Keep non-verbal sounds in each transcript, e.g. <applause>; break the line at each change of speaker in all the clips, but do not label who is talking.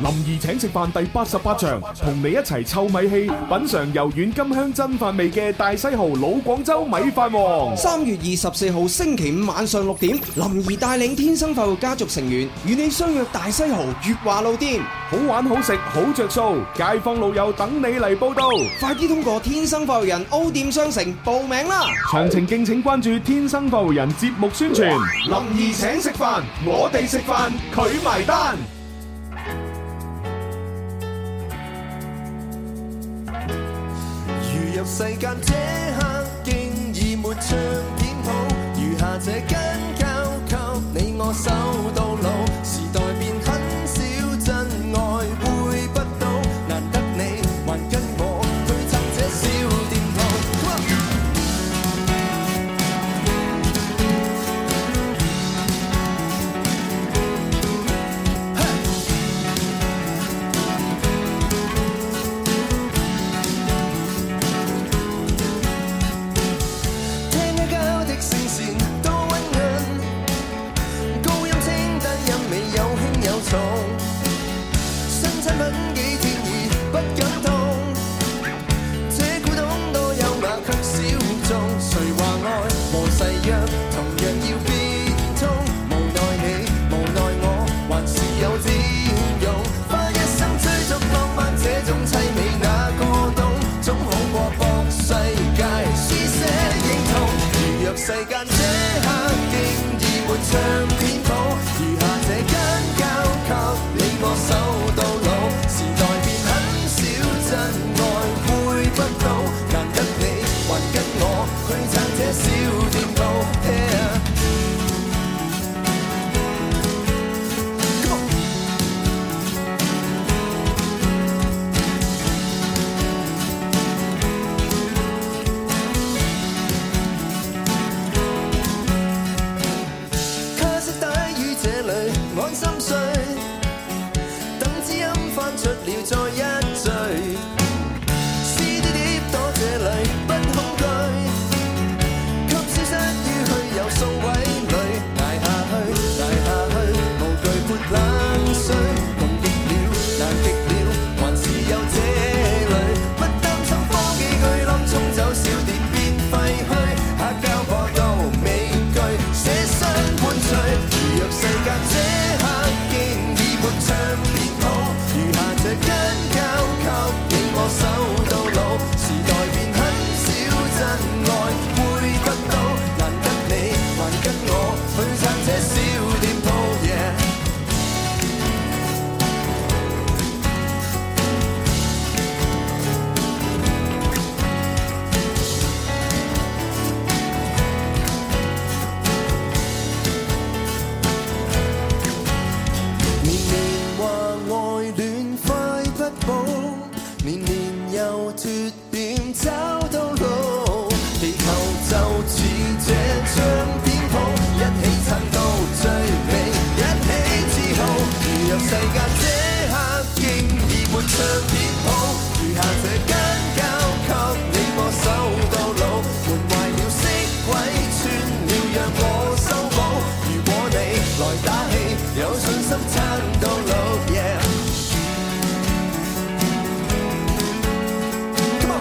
林怡請食飯第八十八場，同你一齊臭米氣，品嚐柔軟金香真飯味嘅大西豪老廣州米飯王。
三月二十四號星期五晚上六點，林兒帶領天生快活家族成員與你相約大西豪月華路店，
好玩好食好着數，街坊老友等你嚟報到。
快啲通過天生快活人 O 店商城報名啦！
詳情敬請關注天生快活人節目宣傳。
林兒請食飯，我哋食飯，佢埋單。
如入世間這刻，竟已沒唱片譜，餘下這根交給你我守到老。時代變很少，真愛會不到，難得你還跟我去撐這小店鋪。Come on！聽一交的聲線多溫潤，高音清低音美有輕有重，新產品幾天已不敢動，這古董多優雅卻小眾，誰話愛無誓約，同樣要變通，無奈你無奈我，還是有天用，花一生追逐浪漫這種凄美哪個懂，總好過博世界施捨認同。如若世間這刻竟已沒唱片譜，餘下這間交給你我守到老。時代變很少，真愛配不到，難得你還跟我去撐這小店鋪。Yeah. Come on. 卡式帶於這裏安心睡，等知音翻出了再一聚。CD 碟躲這裏不恐懼，給消失於去有數位裏，捱下去捱下去，無懼潑冷水，窮極了難極了，還是有這裏，不擔心科技巨浪沖走小碟變廢墟，下交我到尾句，寫雙伴隨。如若世間這刻竟已沒唱片譜，餘下這間交給你我守到老。時代變很少，真愛配不到，難得你還跟我去撐這小店鋪。Yeah. 年年話愛戀快不保，年年又脱點找到路。地球就似這張片譜，一起撐到最尾，一起自豪。如若世界這刻竟已沒唱片譜，餘下這間交給你我守到老。門壞了色位穿了，讓我修補。如果你來打氣，有信心撐到老。Yeah. Come on.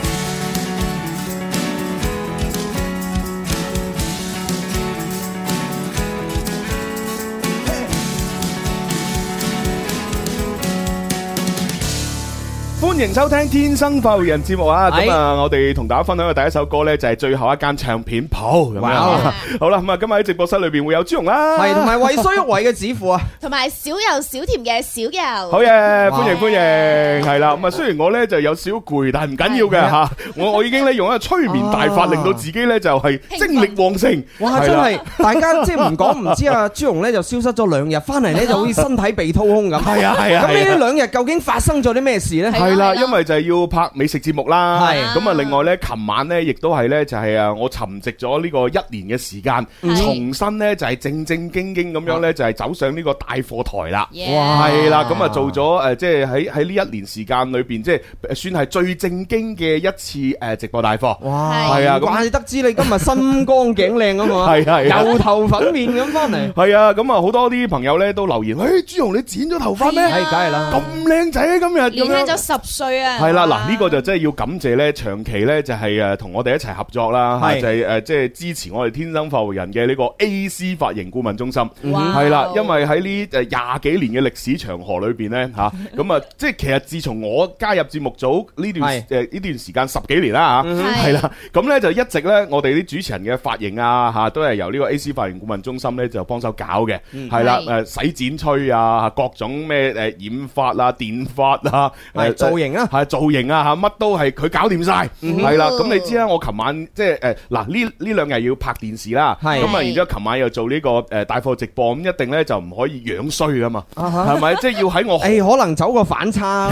歡迎收聽《天生快活人》節目啊！咁啊，
係
我哋同大家分享嘅第一首歌呢，就係最後一間唱片鋪咁樣啊。好啦，咁啊，今日喺直播室裏邊會有朱紅啦，
係同埋為所欲為嘅指父啊，
同埋小右小甜嘅小右。
好嘢，
哇
歡迎歡迎，係啦。咁啊，雖然我咧就有少少攰，但係唔緊要嘅吓。我我已經咧用一個催眠大法，
啊
令到自己咧就係精力旺盛。
<laughs> 哦哇！
係
真
啦
係大家即係唔講唔知啊，朱紅咧就消失咗 <laughs> 兩日，翻嚟咧就好似身體被掏空咁。
係啊係啊
咁
係啊
呢兩日究竟發生咗啲咩事咧？
係啦，
係
啊，
咯
因為就係要拍美食節目啦。
係
咁啊，另外呢，琴晚呢亦都係呢，就係啊，我沉寂咗呢個一年嘅時間，
嗯
係
重新呢，就係正正經經咁
哦
樣呢，就係走上呢個大貨台啦。
Yeah
哇
係啦，咁啊做咗誒，即係喺喺呢一年時間裏邊，即係呃算係最正經嘅一次誒直播大貨。
哇，
係啊咁
怪得知你今日身光頸靚啊 <laughs> 嘛，
係係係
油頭粉面咁翻嚟，
係啊，咁啊好多啲朋友咧都留言，誒朱紅你剪咗頭髮咩？
係梗係啦，
咁靚仔啊今日
年
咁
輕
樣
咗十歲啊！
係啦，嗱呢個就真係要感謝咧，長期咧就係誒同我哋一齊合作啦，嚇
係
就係誒即係支持我哋天生發育人嘅呢個 A.C. 髮型顧問中心，
嗯
哇
係啦，因為喺呢誒廿幾年嘅歷史長河裏邊咧
<laughs>
嚇，咁啊即係其實自從我加入節目組呢段
係嗯
誒呢段時間十幾年啦嚇，
係
係啦，咁咧就一直咧我哋啲主持人嘅髮型啊嚇都係由呢個 A.C. 髮型顧問中心咧就幫手搞嘅，
嗯
係啦
係
誒洗剪吹啊，各種咩誒染髮啊、電髮啊、
係
誒
造型啊嗯
系造型啊吓，乜都係佢搞掂晒，係啦。
哦
咁你知啦，我琴晚即係诶嗱呢呢兩日要拍電視啦，
係
咁啊，
係
然之后琴晚又做呢個诶大貨直播，咁一定咧就唔可以樣衰噶嘛，
啊哈哎
係咪？即係要喺我
誒可能走個反差，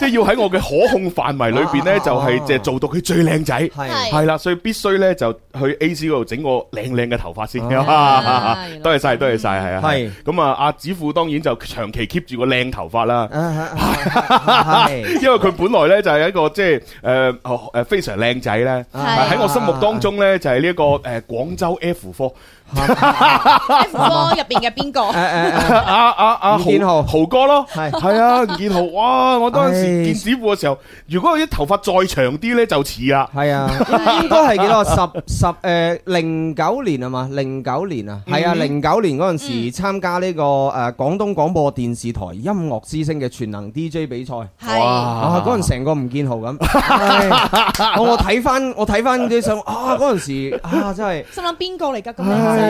即係要喺我嘅可控範圍裏边咧，
啊
就係即係做到佢最靚仔。
係
係啦，所以必須咧就去 A C 嗰度整個靚靚嘅頭髮 <laughs> 先。
啊原來
多謝晒，多謝晒，係啊。
係
咁啊，阿子富當然就長期 keep 住個靚頭髮啦。
啊啊係
<laughs> 因為佢本來咧就係一個即係誒誒非常靚仔咧，
係
喺我心目當中咧就係呢一個誒廣州 F 科
<laughs>
F 波入邊嘅邊個？
誒誒誒
阿阿阿
吳建豪
啊豪哥咯，
係
係啊
<laughs>
吳建豪，哇！我當時
唉
見子富嘅時候，如果佢啲頭髮再長啲咧就似啦，
係啊，應該係幾多？十十誒零九年啊嘛，零九年啊，係啊，零九年嗰陣時參加呢個誒廣東廣播電視台音樂之星嘅全能 DJ 比賽。
係
啊！嗰陣成個吳建豪咁，唉我我睇翻我睇翻啲相啊！嗰陣時啊，真係
心諗邊個嚟㗎？咁靚仔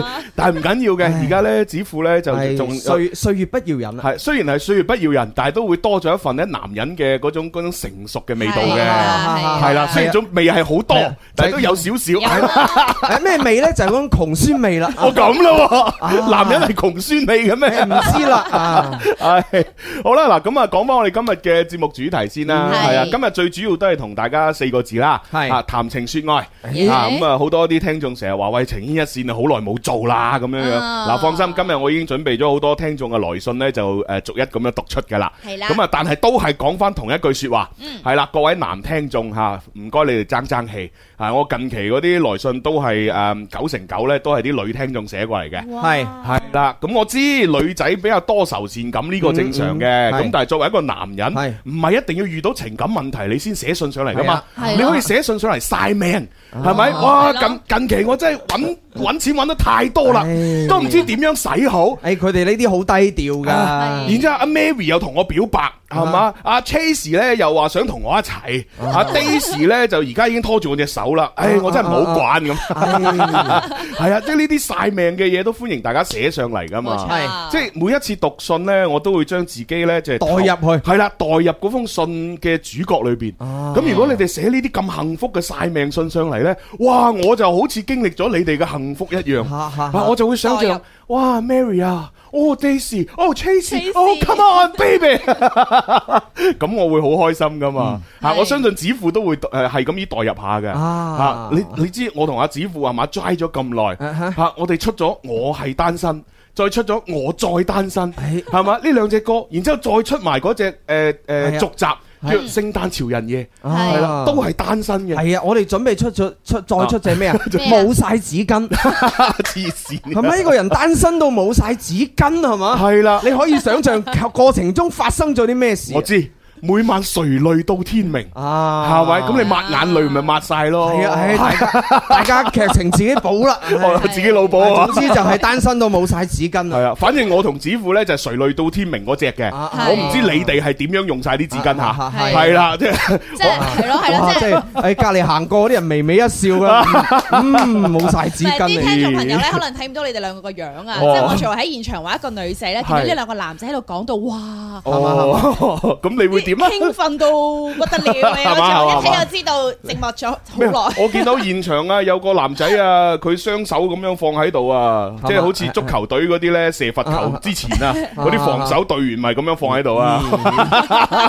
啊！
但係唔緊要嘅，而家咧子富咧就
係
仲。
歲歲月不饒人啊！
係雖然係歲月不饒人，但係都會多咗一份咧男人嘅嗰種嗰種成熟嘅味道
係
嘅，
啊係啊
係啦，雖然種味係好多
係啊，
但係都有少少。
有啊
誒咩味咧？就係嗰種窮酸味啦，
<laughs> 我
<laughs>
咁咯
啊
喎，男人係窮酸味嘅
誒
咩？
唔知啦 <laughs> 啊！
<laughs> 系好啦，嗱咁啊，講翻我哋今日嘅節目主題先啦，
嗯
係啊，
係
今日最主要都係同大家四個字啦，
係
啊談情说愛
咦
啊，咁啊好多啲聽眾成日話喂情牽一線啊，好耐冇做啦咁樣樣，
啊
嗱放心，今日我已經準備咗好多聽眾嘅來信呢，就诶逐一咁樣讀出噶啦，
係啦
咁啊但係都係講翻同一句说話，係啦，各位男聽眾吓，唔該你哋爭爭氣啊，我近期嗰啲來信都係诶九成九呢，都係啲女聽眾寫過嚟嘅。
係
系啦，咁我知女仔比較多愁善感呢個正常嘅，
嗯嗯
咁
係
但係作為一個男人
係，
唔係一定要遇到情感問題你先寫信上嚟噶
係哦
嘛
啊，
係啊
你可以寫信上嚟晒命，係咪？
係
哇！
咯
近近期我真係揾揾錢揾得太多啦
唉，
都唔知點樣使好。
誒，哎佢哋呢啲好低調㗎哎
係。
然之後阿 Mary 又同我表白，
啊
係嘛？阿 Chase 咧又話想同我一齊，阿 Daisy 咧就而家已經拖住我隻手啦。唉，我真係
啊
唔好慣咁。係啊，即係呢啲晒命嘅嘢都歡迎大家寫上嚟噶嘛。
冇錯
即係每一次讀信呢，我都會將自己呢，即係
啊代入去啊
係啦，代入嗰封信嘅主角裏邊。咁、如果你哋寫呢啲咁幸福嘅晒命信上嚟呢，哇！我就好似經歷咗你哋嘅幸福一樣，
哈哈
啊我就會想
代
象
入，
哇，Mary 啊！哦，Daisy，哦
Chase
，Chase，哦，Come on，baby，咁 <laughs> 我會好開心噶嘛？
嗯
嚇，
係
我相信子富都會誒係咁依代入下嘅。
啊
嚇，你你知我同阿子富係嘛 dry 咗咁
啊
耐
哈
嚇，我哋出咗我係單身，再出咗我再單身，
哎
係嘛？呢兩隻歌，然之後再出埋嗰隻誒
係
誒
啊
續集叫《聖誕潮人夜》，
係
係啦，都係單身嘅，
係啊！我哋準備出咗出再出隻咩啊？
咩啊
冇晒紙巾。
<laughs> <laughs> 黐線。
係咪呢個人單身到冇晒紙巾係嘛？
係啦，
你可以想象過程中發生咗啲咩事啊
我知每晚垂淚到天明。
啊？
係咪？咁你抹眼淚咪抹晒咯。
係啊，唉大家大家劇情自己補啦。
<laughs> 我
唉
自己老母啊
總。之就係單身到冇晒紙巾
係
啊！
啊，反正我同子富咧就係垂淚到天明嗰只嘅，
啊
我唔知
係
你哋係點樣用晒啲紙巾
啊
吓
啊，
係
係啦，即係啊
即係係咯係咯，
哇！
即
啊即
係
係誒隔離行過嗰啲人微微一笑㗎，嗯，冇晒紙
但係啲
巾
聽眾
嚟。
朋友咧，可能睇唔到你哋兩個個樣啊，即
哦
係我除話喺現場話一個女仔咧，見到
係
呢兩個男仔喺度講到哇，
係嘛係
<laughs> 哦，咁你會點點啊？
興奮到不得了，你
係嘛
嗰種一睇就知道靜默咗
咩啊
好耐。
我見到現場啊，有個男仔啊，佢雙手咁樣放喺度啊，即係好似足球隊嗰啲咧射罰球之前 <laughs> 啊，嗰啲防守隊員咪咁樣放喺度啊，
<laughs>
<laughs>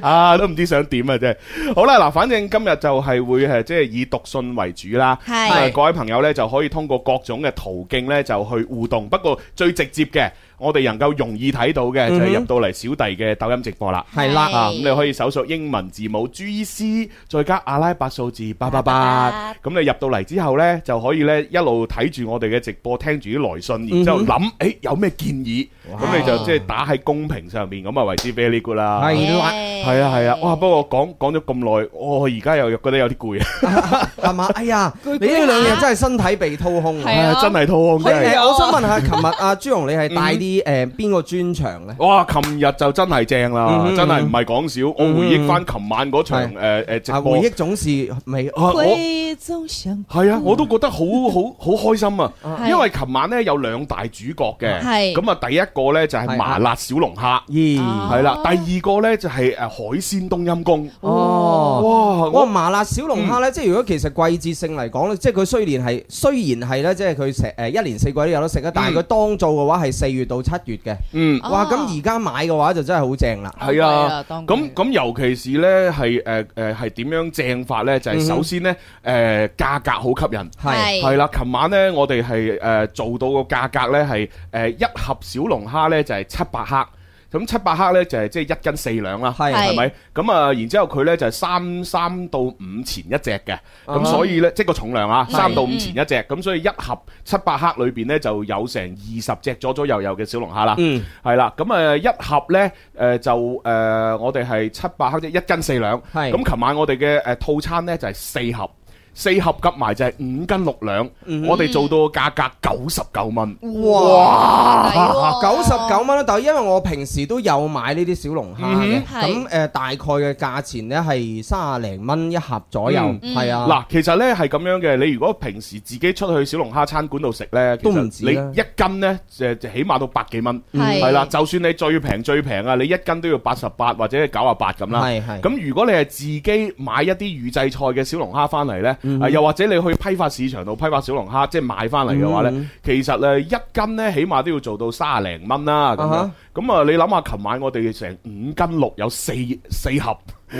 啊都唔知想點啊，真係。好啦，嗱，反正今日就係會係即係以讀信為主啦。
係
咁啊各位朋友咧就可以通過各種嘅途徑咧就去互動，不過最直接嘅，我哋能夠容易睇到嘅就
嗯
係
哼
入到嚟小弟嘅抖音直播啦。
係啦
啊，咁你可以搜索英文字母 G C，再加阿拉伯數字八八八
888，
咁你入到嚟之後呢，就可以呢一路睇住我哋嘅直播，聽住啲來信，然之後諗，誒有咩建議，咁你就即係打喺公屏上面，咁啊為之 very good 啦。
係啦，
係啊係啊，哇！不過講講咗咁耐，我而家又覺得有啲攰啊，
係嘛？哎呀，你呢兩日真係身體被掏空啊！
係啊
真係肚
我
空真係。
我想問下，琴日阿朱紅你係帶啲誒邊個專場啊咧？
哇！琴日就真係正啦，
嗯
真係唔係講笑。我回憶翻琴晚嗰場誒誒直
啊，
播
回，憶總是哦美
啊我
會中想
系啊，我都覺得好好好開心啊！
係
因為琴晚咧有兩大主角嘅，
係
咁啊第一個咧就係麻辣小龍蝦，
咦
啊
係哦啦，第二個咧就係誒海鮮冬陰功，
哦。
哇！
我
我
麻辣小龍蝦咧，即係如果其實季節性嚟講咧，即係佢雖然係雖然係咧，即係佢成誒一年四季都有得食啊，但係佢當造嘅話係四月到七月嘅。
嗯
哇！咁而家買嘅話就真係好正啦。
係
當季
啊
啦，當季
咁咁尤其是咧係誒誒係點樣正法咧？就係
嗯哼
首先咧誒價格好吸引。
係
係啦，琴晚咧，我哋係誒做到個價格咧係誒一盒小龍蝦咧就係七百克，咁七百克咧就係即係一斤四兩啦，
係
係咪？咁啊，然之後佢咧就係三三到五錢一隻嘅，咁
哈
所以咧即係個重量啊，
嗯
三到五錢一隻，咁所以一盒七百克裏邊咧就有成二十隻左左右右嘅小龍蝦啦，
嗯
係啦，咁誒一盒咧誒就誒我哋係七百克即係一斤四兩，
係
咁琴晚我哋嘅誒套餐咧就係四盒。四盒夾埋就係五斤六兩，
嗯
我哋做到個價格九十九蚊。哦
哇
啊九十九蚊啦，但係因為我平時都有買呢啲小龍蝦嘅，
嗯
哼
咁誒大概嘅價錢咧係三十零蚊一盒左右，
嗯
係啊，
嗱，其實呢係咁樣嘅，你如果平時自己出去小龍蝦餐館度食呢，其
都唔止啊嗯
實
啦
你一斤呢，誒起碼都百幾蚊，
係
係啦。就算你最平最平啊，你一斤都要八十八或者九啊八咁啦。
係係
咁如果你係自己買一啲預製菜嘅小龍蝦翻嚟呢，
嗯
啊又或者你去批發市場度批發小龍蝦，即係買翻嚟嘅話
嗯
呢，其實誒一斤呢起碼都要做到三廿零蚊啦。咁
啊
樣
哈
咁啊，你諗下，琴晚我哋成五斤六有四四盒，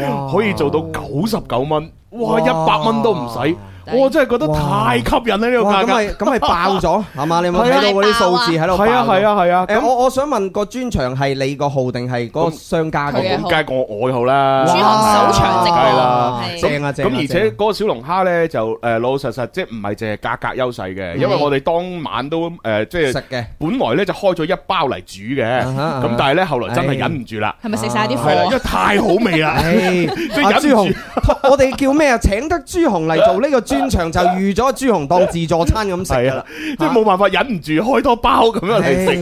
哇
可以做到九十九蚊，哇！
哇
一百蚊都唔使，
抵
我真係覺得太吸引啦呢個
哇
價
咁咪
格。
咁咪爆
<laughs>
咗係嘛？你有冇
啊
睇到嗰啲數字喺度爆咗？
係啊係啊係啊，
誒
咁
我我想問個專場係你個號定係嗰個商家
佢嘅
嘅
號
咁梗係我我好啦，
朱紅
哇
首場直
梗係啦。
號？
播，係
正啊正啊！
咁而且嗰個小龍蝦呢，就誒老老實實，即係唔係淨係價格優勢嘅，因為我哋當晚都誒即
正啊
係
嗯食嘅
本來呢就開咗一包嚟煮嘅，
哈啊哎
咁
哈
但係呢後來真
唉
係忍唔住啦，
係咪食晒啲
係啦，因為
貨？
太好味
<laughs>
啦。
唉，
係
阿
忍唔
朱
住
紅， <laughs> 我哋叫咩啊？請得朱紅嚟做呢個專場，就預咗朱紅當自助餐咁食
係
㗎啦哎
啊。，即係冇辦法忍唔住開多包咁樣嚟食，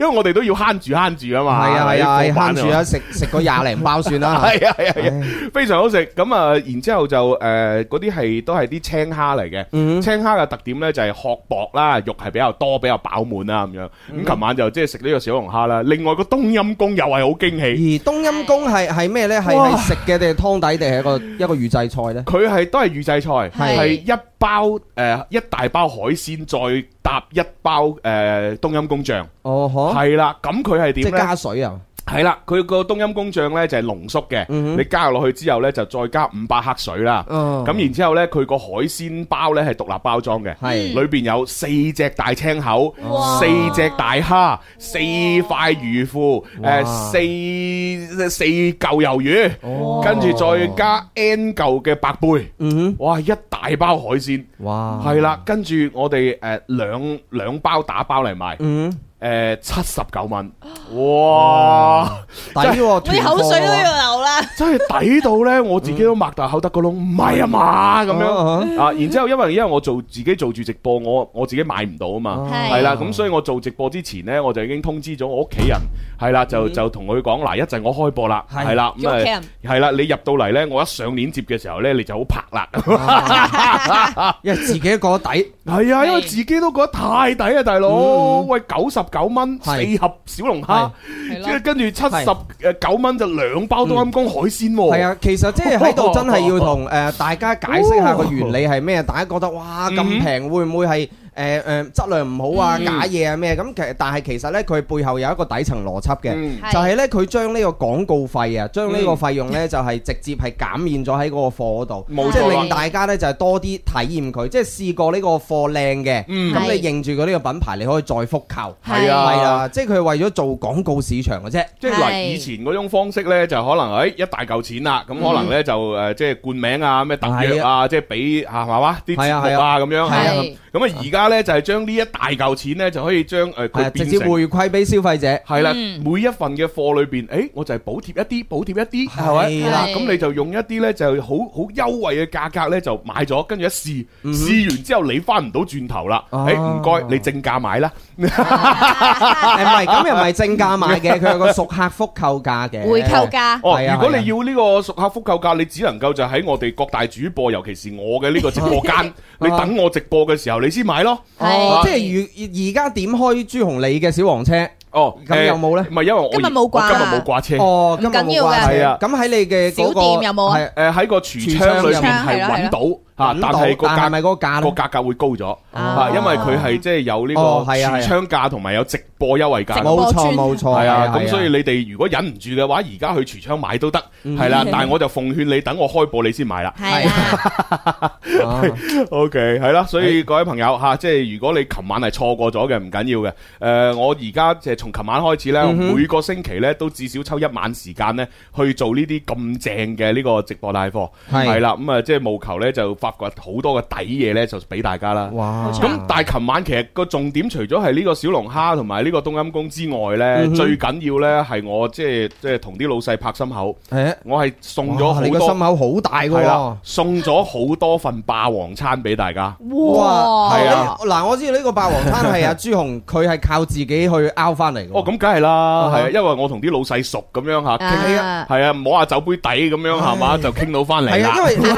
因為我哋都要慳住慳住啊嘛。
係啊係啊，
啲貨品
慳住啊，食食個廿零包算啦。
係啊係啊係啊，非常好食。咁啊，然之後就誒嗰啲係都係啲青蝦嚟嘅。
嗯
青蝦嘅特點呢就係殼薄啦，肉係比較多，比較飽滿啦咁樣。
嗯
咁琴晚就即係食呢個小龍蝦啦。另外個冬陰功又係好驚
而
喜，
冬陰功係係咩咧？係
哇
係食嘅定係湯底定係一個一個預製菜咧？
佢係都係預製菜，
係
係一包誒一大包海鮮，再搭一包誒冬陰功醬，
哦呵，
係啦。咁佢係
即
點
係
呢？
加水啊！
係啦，佢個冬陰功醬呢就係濃縮嘅，你加入落去之後呢，就再加五百克水啦。
嗯哦
咁然之後呢，佢個海鮮包呢係獨立包裝嘅，
係
裏邊有四隻大青口、
哇
四隻大蝦、四塊魚腐、
哇
誒四四嚿魷魚，跟住再加 N 嚿嘅白貝，
哦嗯啊
哇！一大包海鮮，
哼，哇，
係啦，跟住我哋誒兩兩包打包嚟賣，
嗯，
誒七十九蚊，哇！
抵喎，
我啲口水都要流啦，啦。
真係抵到咧，我自己都擘大口得個窿，唔係啊嘛咁樣
啊
啊！然之後因為因為我做自己做住直播，我我自己買唔到啊
哦
嘛，
係
係啦，咁所以我做直播之前呢，我就已經通知咗我屋企人，係啦，就就同佢講嗱，一陣我開播啦，
嗯係
係啦，咁
叫屋企
誒
人
係啦，你入到嚟呢，我一上鏈接嘅時候呢，你就好拍啦，
因為自己個底，
係啊，因為
係
自己都覺得太抵啊，大佬，
嗯
喂九十九蚊四
係
盒小龍蝦
係，
係
即係
咯，
跟住七十
係嗯
誒九蚊就兩包冬陰功海鮮喎，
係啊，其實即係喺度真係要同誒大家解釋下個原理係咩？大家覺得哇咁平會唔會係誒誒質量唔好啊、
嗯
假嘢啊咩？咁其但係其實咧佢背後有一個底層邏輯嘅。
嗯
就係咧，佢將呢個廣告費啊，將呢個
嗯
費
<laughs>
用咧就係直接係減免咗喺嗰個貨度，
冇
即係
錯啦
令大家咧就係多啲體驗佢，即係試過呢個貨靚嘅，
嗯
咁
係
你認住佢呢個品牌，你可以再復購，
係啊
係啦，即係佢係為咗做廣告市場嘅啫，
即係嗱，
係
以前嗰種方式呢，就可能誒一大嚿錢啦，咁
嗯
可能呢，就誒即係冠名啊、咩特約啊，即係俾嚇係嘛啲
係啊
節目啊咁樣。
係啊
係
咁啊，而家呢，就係將呢一大嚿錢呢，就可以將誒
係
佢
啊直
變
接
成
回饋俾消
<laughs>
費者，
係啦，
嗯
每一份嘅貨裏邊，誒我就係補貼一啲，補貼一啲，係咪？
係
啦
嗱，咁你就用一啲呢，就好好優惠嘅價格呢，就買咗，跟住一試，
嗯
試完之後你翻唔到轉頭啦，
哦
誒唔該，你正價買啦，
誒唔係咁又唔係正價買
<laughs>
嘅，佢有個熟客復購價嘅
回購價，
哦，
係啊
如果你要呢個熟客復購價，你只能夠就喺我哋各大主播，尤其是我嘅呢個直播
<laughs>
間，你等我直播嘅時候你先買咯。啊
哦
係，
即係如而家點開朱紅你嘅小黃車，
哦，
咁
誒
有冇呢
唔係因為我
今日冇掛
我今日冇掛車。
哦，
唔
咁
緊要嘅
係啊
咁喺你嘅嗰
小
個
店有冇啊
係
誒喺個櫥窗裏
櫥窗
面係揾
係啦
啊
到嚇，但係個
係
價
咪嗰個價
個
咧？
價格會高咗
啊
嚇，因為佢係即係有呢個
哦係啊係啊
櫥窗價同埋有直播優惠價。
冇錯
直播
冇
專
錯，
係啊，咁
係
所以你哋如果忍唔住嘅話，而家去櫥窗買都得，
嗯
係啦。但係我就奉勸你等我開播你先買啦。
係啦，
啊
<laughs> O K，系啦，所以各位朋友吓，即係如果你琴晚係錯過咗嘅，唔緊要嘅。诶，我而家即係從琴晚開始咧，
嗯哼
每個星期咧都至少抽一晚時間咧去做呢啲咁正嘅呢個直播帶貨，
係
係啦，咁啊，即係務求咧就發掘好多嘅底嘢咧，就俾大家啦。
哇，
咁但係琴晚其實個重點除咗係呢個小龍蝦同埋呢個冬陰功之外咧，
嗯哼
最緊要咧係我即係即係同啲老細拍心口，
係
我係送咗
哇
好
你個心
多
口好大
係啦
喎。，
送咗好多份霸王餐俾大家。
哇，
係啊
呢嗱，我知道呢個霸王餐
<laughs>
係阿啊朱紅，佢係靠自己去拗翻嚟嘅。
哦，咁梗係啦，
啊
係啊，因為我同啲老細熟咁樣嚇，傾
啊
係啊，摸下酒杯底咁樣係嘛，就傾到翻嚟
係啊，因
啦。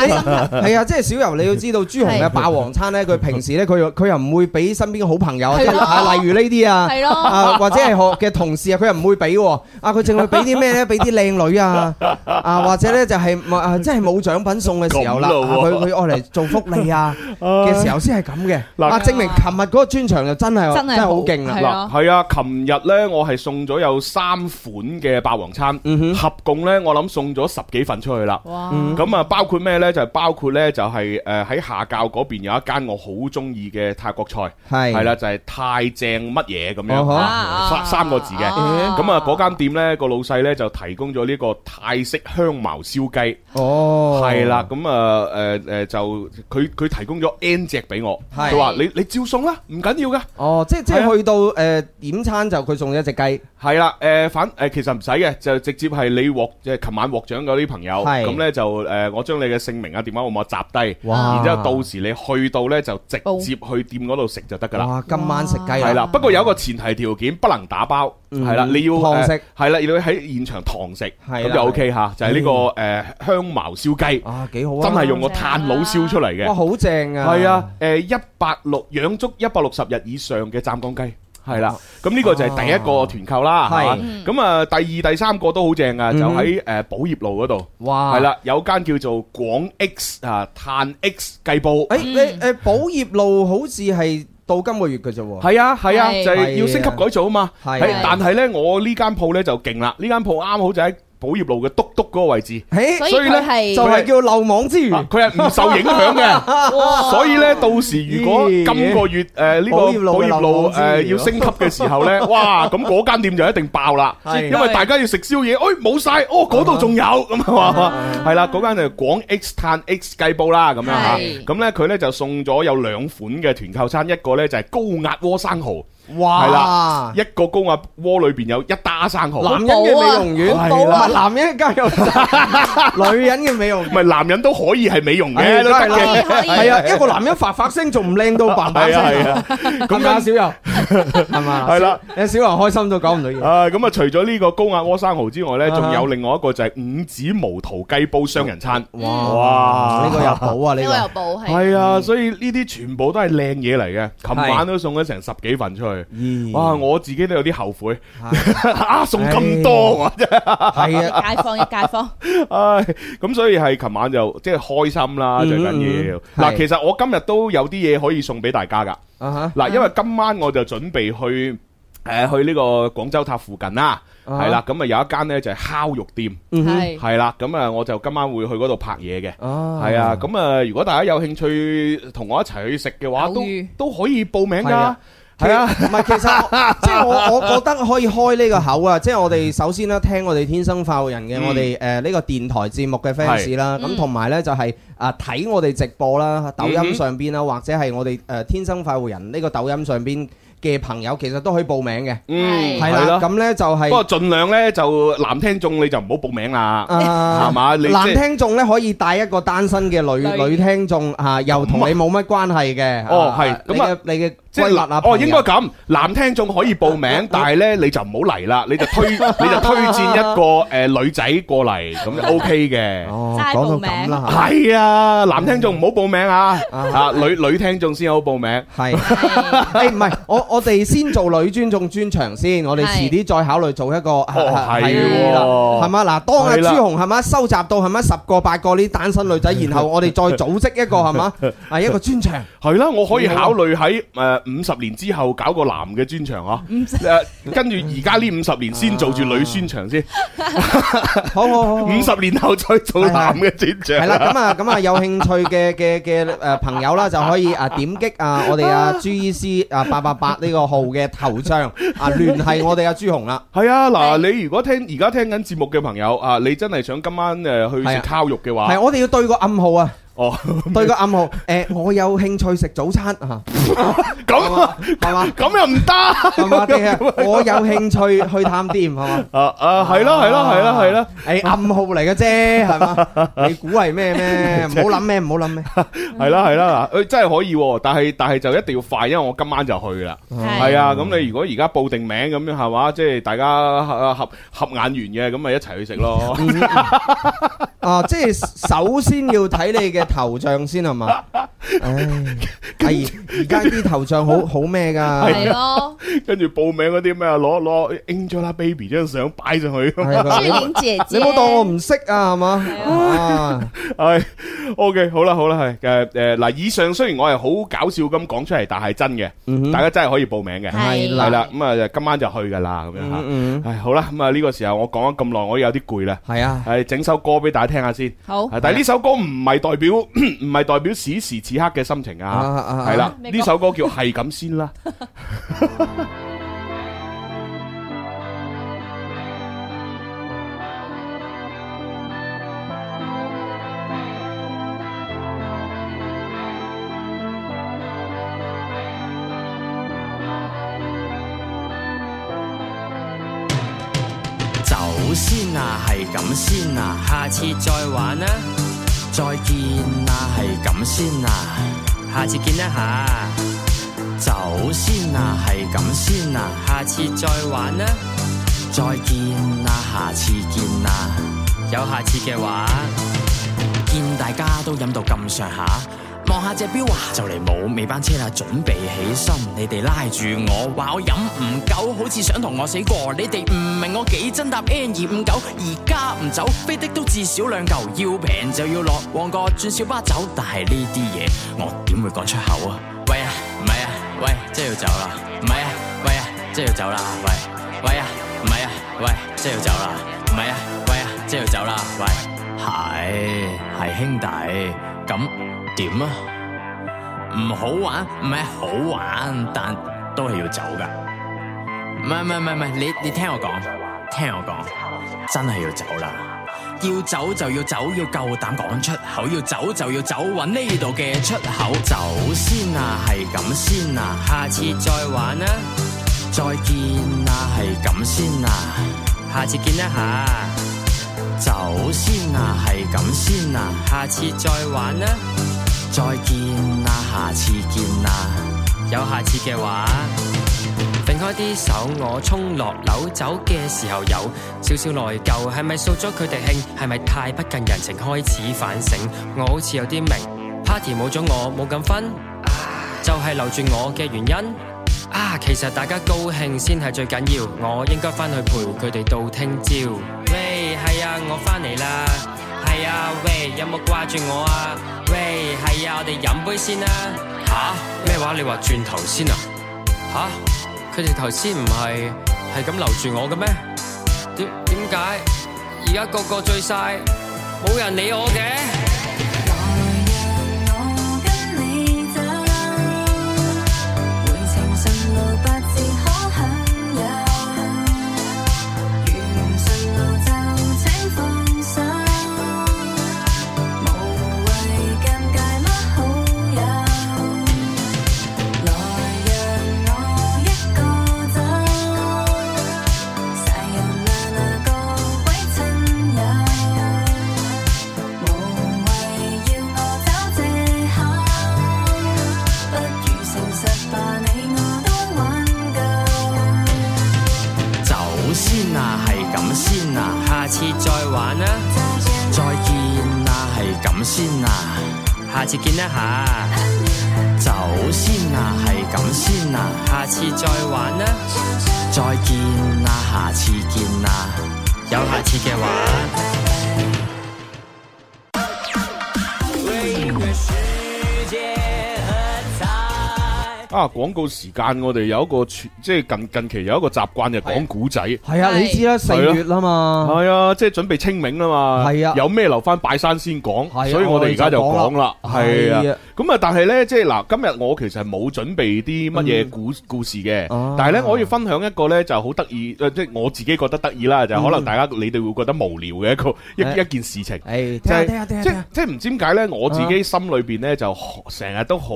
為 <laughs> 係啊，即係小游，你要知道朱紅嘅
係
霸王餐咧，佢平時咧，佢又佢又唔會俾身邊嘅好朋友啊，
係咯
啊例如呢啲啊，
係咯
啊或者係
<laughs>
學嘅同事啊，佢又唔會俾喎，啊佢淨會俾啲咩咧？俾啲靚女啊，啊或者咧就係冇啊，即係冇獎品送嘅時候啦，
咁咯
啊
喎
佢佢愛嚟做福利
<laughs>
啊嘅時候先係咁嘅。
嗱
啊，證明琴日嗰個專場就真係
真係
真係好勁啦
係。啊
嗱，係啊，琴日呢，我係送咗有三款嘅霸王餐，
嗯哼
合共呢，我諗送咗十幾份出去啦。
哇，
嗯
咁啊，包括咩呢？就係包括呢，就係誒喺下滘嗰邊有一間我好中意嘅泰國菜，
係
係啦，就係太正乜嘢咁
哦
樣
呵
啊，三三個字嘅。
Uh-huh
啊
咁啊，嗰間店呢，個老細呢，就提供咗呢個泰式香茅燒雞。
哦，
係啦，咁啊誒誒就佢佢提供咗 N 隻俾我，
係
佢話你你照送啦，唔緊要噶。
哦，即即
係啊
係去到誒點餐就佢送咗一隻雞，
係啦，誒反誒其實唔使嘅，就直接係你獲即係琴晚獲獎嗰啲朋友，
係
咁呢就誒我將你嘅姓名啊電話號碼集低，
哇
然之後到時你去到呢，就直接去店嗰度食就得㗎啦。
哇！今晚食雞啦
係啦，不過有一個前提條件，不能打包，
嗯
係啦，你要
堂食
誒係啦，要喺現場堂食，
係啦嗯
咁就 OK 嚇，就係呢個誒呃香茅燒雞，
啊，幾好啊！
真係用個炭爐燒出嚟嘅
哇，。好正啊！
系啊，诶一百六養足一百六十日以上嘅湛江雞，係啦，咁呢個就係第一個團購啦，
哦係
係嘛咁啊，第二、第三個都好正啊，就
嗯啊
喺诶寶業路嗰度，
哇，
係，啦，有間叫做廣 X 啊碳 X 雞煲，
誒你誒寶業路好似係到今個月嘅啫喎，
係啊係啊，
係
就係要升級改造啊嘛，
係
係但係呢，我呢間鋪呢就勁啦，呢間鋪啱好就喺寶業路嘅督督嗰個位置，
所
誒
以
所以
佢
呢
係
就係叫漏網之魚
啊，佢係唔受影響嘅。
<laughs>
哇
所以咧，到時如果今
咦
個月誒呢個
保業路
保業
流
路
浪之
誒
餘啊
要升級嘅時候
<laughs>
咧，哇！咁嗰間店就一定爆啦，
係
因為大家要食宵夜，哎冇晒，哦嗰度仲有咁啊嘛，係啦，嗰間就係廣 X 碳 X 雞煲啦，咁樣嚇。
係
咁咧佢咧就送咗有兩款嘅團購餐，一個咧就係高壓鍋生蠔，
哇！
係啦一個公鴨窩裏邊有一打生蠔，
男人嘅美容院，
好補啊
唔係男人嘅加油站，女人嘅美容
唔。係男人都可以係美容嘅，都得
啦
嘅。
可以可以
系啊，一個男人發發聲仲唔靚到扮扮
係啊係
聲，
啊，
咁咪啊小 <laughs> 柔係嘛？
係啦，
有小柔開心都講唔到嘢。
啊咁啊，除咗呢個高壓窩生蠔之外呢，
啊哈
仲有另外一個就係五指無桃雞煲雙人餐。
哦呢個有嗯補啊，呢
呢個又
個
報係。
係啊，所以呢啲全部都係靚嘢嚟嘅。琴晚都送咗成十幾份出去。
咦
哇！我自己都有啲後悔，
係
<laughs> 啊送咁多我真係，
係啊，
解放一解放，
唉，咁所以係琴晚就即係開心啦，
嗯
最緊要
嗯。
嗱，
係
其實我今日都有啲嘢可以送俾大家㗎。
啊
嗱，因為今晚我就準備去誒去呢個廣州塔附近啦，
啊
係啦，咁啊有一間呢就係烤肉店，
Ừ
係
係啦，咁啊我就今晚會去嗰度拍嘢嘅。
嚇，啊
係啊，咁啊，如果大家有興趣同我一齊去食嘅話，
偶
都
遇
都可以報名
係
㗎
啊。
係啊，
唔係，其
<laughs>
實我即係我，我覺得可以開呢個口啊！即係我哋首先咧，聽我哋天生快活人嘅
嗯
我哋誒呢個電台節目嘅 fans 啦，
嗯
咁同埋呢就係啊睇我哋直播啦，抖
嗯哼
音上邊啦，或者係我哋誒天生快活人呢個抖音上邊嘅朋友，其實都可以報名嘅。
嗯，
係
係
啦，
啦。
咁呢就
不
係
過盡量呢，就男聽眾你就唔好報名啦，係
啊。
嘛？你即
男
係
聽眾咧可以帶一個單身嘅女
女
女聽眾啊，又同你冇乜關係嘅。
哦
啊
係
你
咁
嘅你嘅
即
閨
係
蜜
男
啊，
哦，應該
朋
咁，男聽眾可以報
<laughs>
名，但係呢，你就唔好嚟啦，你就推你就推薦一個誒女仔過
<laughs>
嚟，咁就 OK 嘅
友。哦，
齋
講到
報名
咁啦嚇
係啊，男聽眾唔好報名啊，
啊
啊女女聽眾先好報名。
係。诶，唔係，我我哋先做女尊重專場先，我哋
係
遲啲再考慮做一個
哦係
係啦
喎
係嘛嗱？當阿
係
朱
啦
紅係嘛收集到係嘛十個八個呢啲單身女仔，然後我哋再組織一個
<laughs>
係嘛啊一個專場，
係啦，我可
啊
以考慮喺誒五十年之後搞個男嘅專場啊。誒，跟住而家呢五十年先做住女專場先，
好好好好。
五十年後再做男嘅專
哦係
場。
啦，咁啊，咁啊，有興趣嘅嘅嘅誒朋友啦，就可以啊點擊啊我哋啊 G E C 啊八八八呢個號嘅頭像
<laughs>
啊聯繫我哋阿朱紅啦，
係啊，嗱，
係
你如果聽而家聽緊節目嘅朋友啊，你真係想今晚誒去
係
食
啊
烤肉嘅
係
話，
我哋要對個暗號啊，
哦，
對個暗號誒，我有興趣食早餐啊，
<laughs> 咁啊
係嘛？
咁又唔得。
係
<laughs>
嘛？定係我有興趣去探店，係嘛？
啊啊， <laughs> 係啦係啦係啦係啦，
誒暗號嚟嘅啫，
<laughs>
係嘛？你估係咩咩？唔好諗咩，唔好諗咩。
係啦係啦，嗱，誒呃真係可以喎，但係但係就一定要快，因為我今晚就去啦。係
係
啊，咁你如果而家報定名咁樣係嘛，即係大家合合合眼緣嘅，咁咪一齊
<laughs>
去食咯。
啊，即係首先要睇你嘅頭像先係嘛？
<laughs>
唉，係而家啲頭像好好咩㗎？
係咯，
跟住報名嗰啲咩啊，攞攞 Angelababy 張相擺上去。 <laughs>
係啊
朱玲姐姐，
你冇當我唔識啊，係嘛？啊，
係 OK，好啦好啦，係誒誒嗱，以上雖然我係好搞笑咁講出嚟，但係真嘅，
嗯
大
哼
家真係可以報名嘅。
係
係啦，咁啊今晚就去㗎啦，咁樣
嗯
嚇。
嗯，
唉，好啦，咁啊呢個時候我講咗咁耐，我有啲攰啦。
係啊，
係整首歌俾大家聽下先，
好
係但係呢首歌唔係代表 <clears throat> 唔係代表此時此刻嘅心情
啊
啊，
啊
係啦，
咩
呢
歌
首歌叫係咁先啦。
走先啊，係咁先啊，下次再玩啦，再見啊，係咁先啊，下次見一下。走先啊，係咁先啊，下次再玩啦，再見啊，下次見啊，有下次嘅話，見大家都飲到咁上下。望下隻錶啊，就嚟冇尾班車啦，準備起身。你哋拉住我話我飲唔夠，好似想同我死過。你哋唔明我幾真搭 N 二五九，而家唔走，飛的都至少兩嚿。要平就要落旺角轉小巴走，但係呢啲嘢我點會講出口啊？喂啊，唔係啊，喂，真係要走啦，唔係啊，喂啊，真係要走啦，喂，喂啊，唔係啊，喂，真係要走啦，唔係啊，喂啊，真係要走啦，喂，係係兄弟，咁點啊？唔好玩，唔係好玩，但都係要走噶。唔係唔係唔係唔係，你你聽我講，聽我講，真係要走啦。要走就要走，要夠膽講出口，要走就要走，揾呢度嘅出口。走先啊，係咁先啊，下次再玩啦、再見啦，係咁先啦，啊下次見一啊下。走先啦，係咁先啦，下次再玩啦。再見啦，下次見啦，啊有下次嘅話。揈開啲手，我衝落樓走嘅時候有少少內疚，係咪掃咗佢哋興？係咪太不近人情？開始反省，我好似有啲明，party 冇咗我冇咁分，就係留住我嘅原因。啊，其實大家高興先係最緊要，我應該翻去陪佢哋到聽朝。喂，係啊，我翻嚟啦，係啊，喂，有冇掛住我啊？喂，係啊，我哋飲杯先啦。吓？咩話？你話轉頭先啊？吓？佢哋頭先唔係係咁留住我嘅咩？點點解而家個個醉晒，冇人理我嘅？
我跟你走，回程順路不知可享有，如無順路就請放手，無謂尷尬乜好友，來讓我一個走，曬又那那個鬼親友。無謂要我找藉口，不如誠實吧，你我都玩夠。
走先啦，係咁先啦，下次再玩啦，再見啦，係咁先啦，啊下次見一下。走先啦，係咁先啦，下次再玩啦，再見啦，啊下次見啦，啊有下次嘅話。
啊，廣告時間我哋有一個傳即係近近期有一個習慣就係講古仔，
係啊，你知啦，四月啦嘛，
係啊，即係準備清明啦嘛，
係啊
有咩留翻拜山先講
係，啊
所以我哋而家就講啦，
我哋
係
就講啦係啊，
啊咁啊，但係呢，即係嗱，今日我其實冇準備啲乜
嗯
嘢故故事嘅
哦，
但係呢，我要分享一個呢就好得意，呃即係我自己覺得得意啦，就可能
嗯
大家你哋會覺得無聊嘅一個一一件事情。
誒，
就
聽下
係
聽下聽下
即
聽下，啊
即係唔知點解咧，我自己心裏邊咧就好成日都好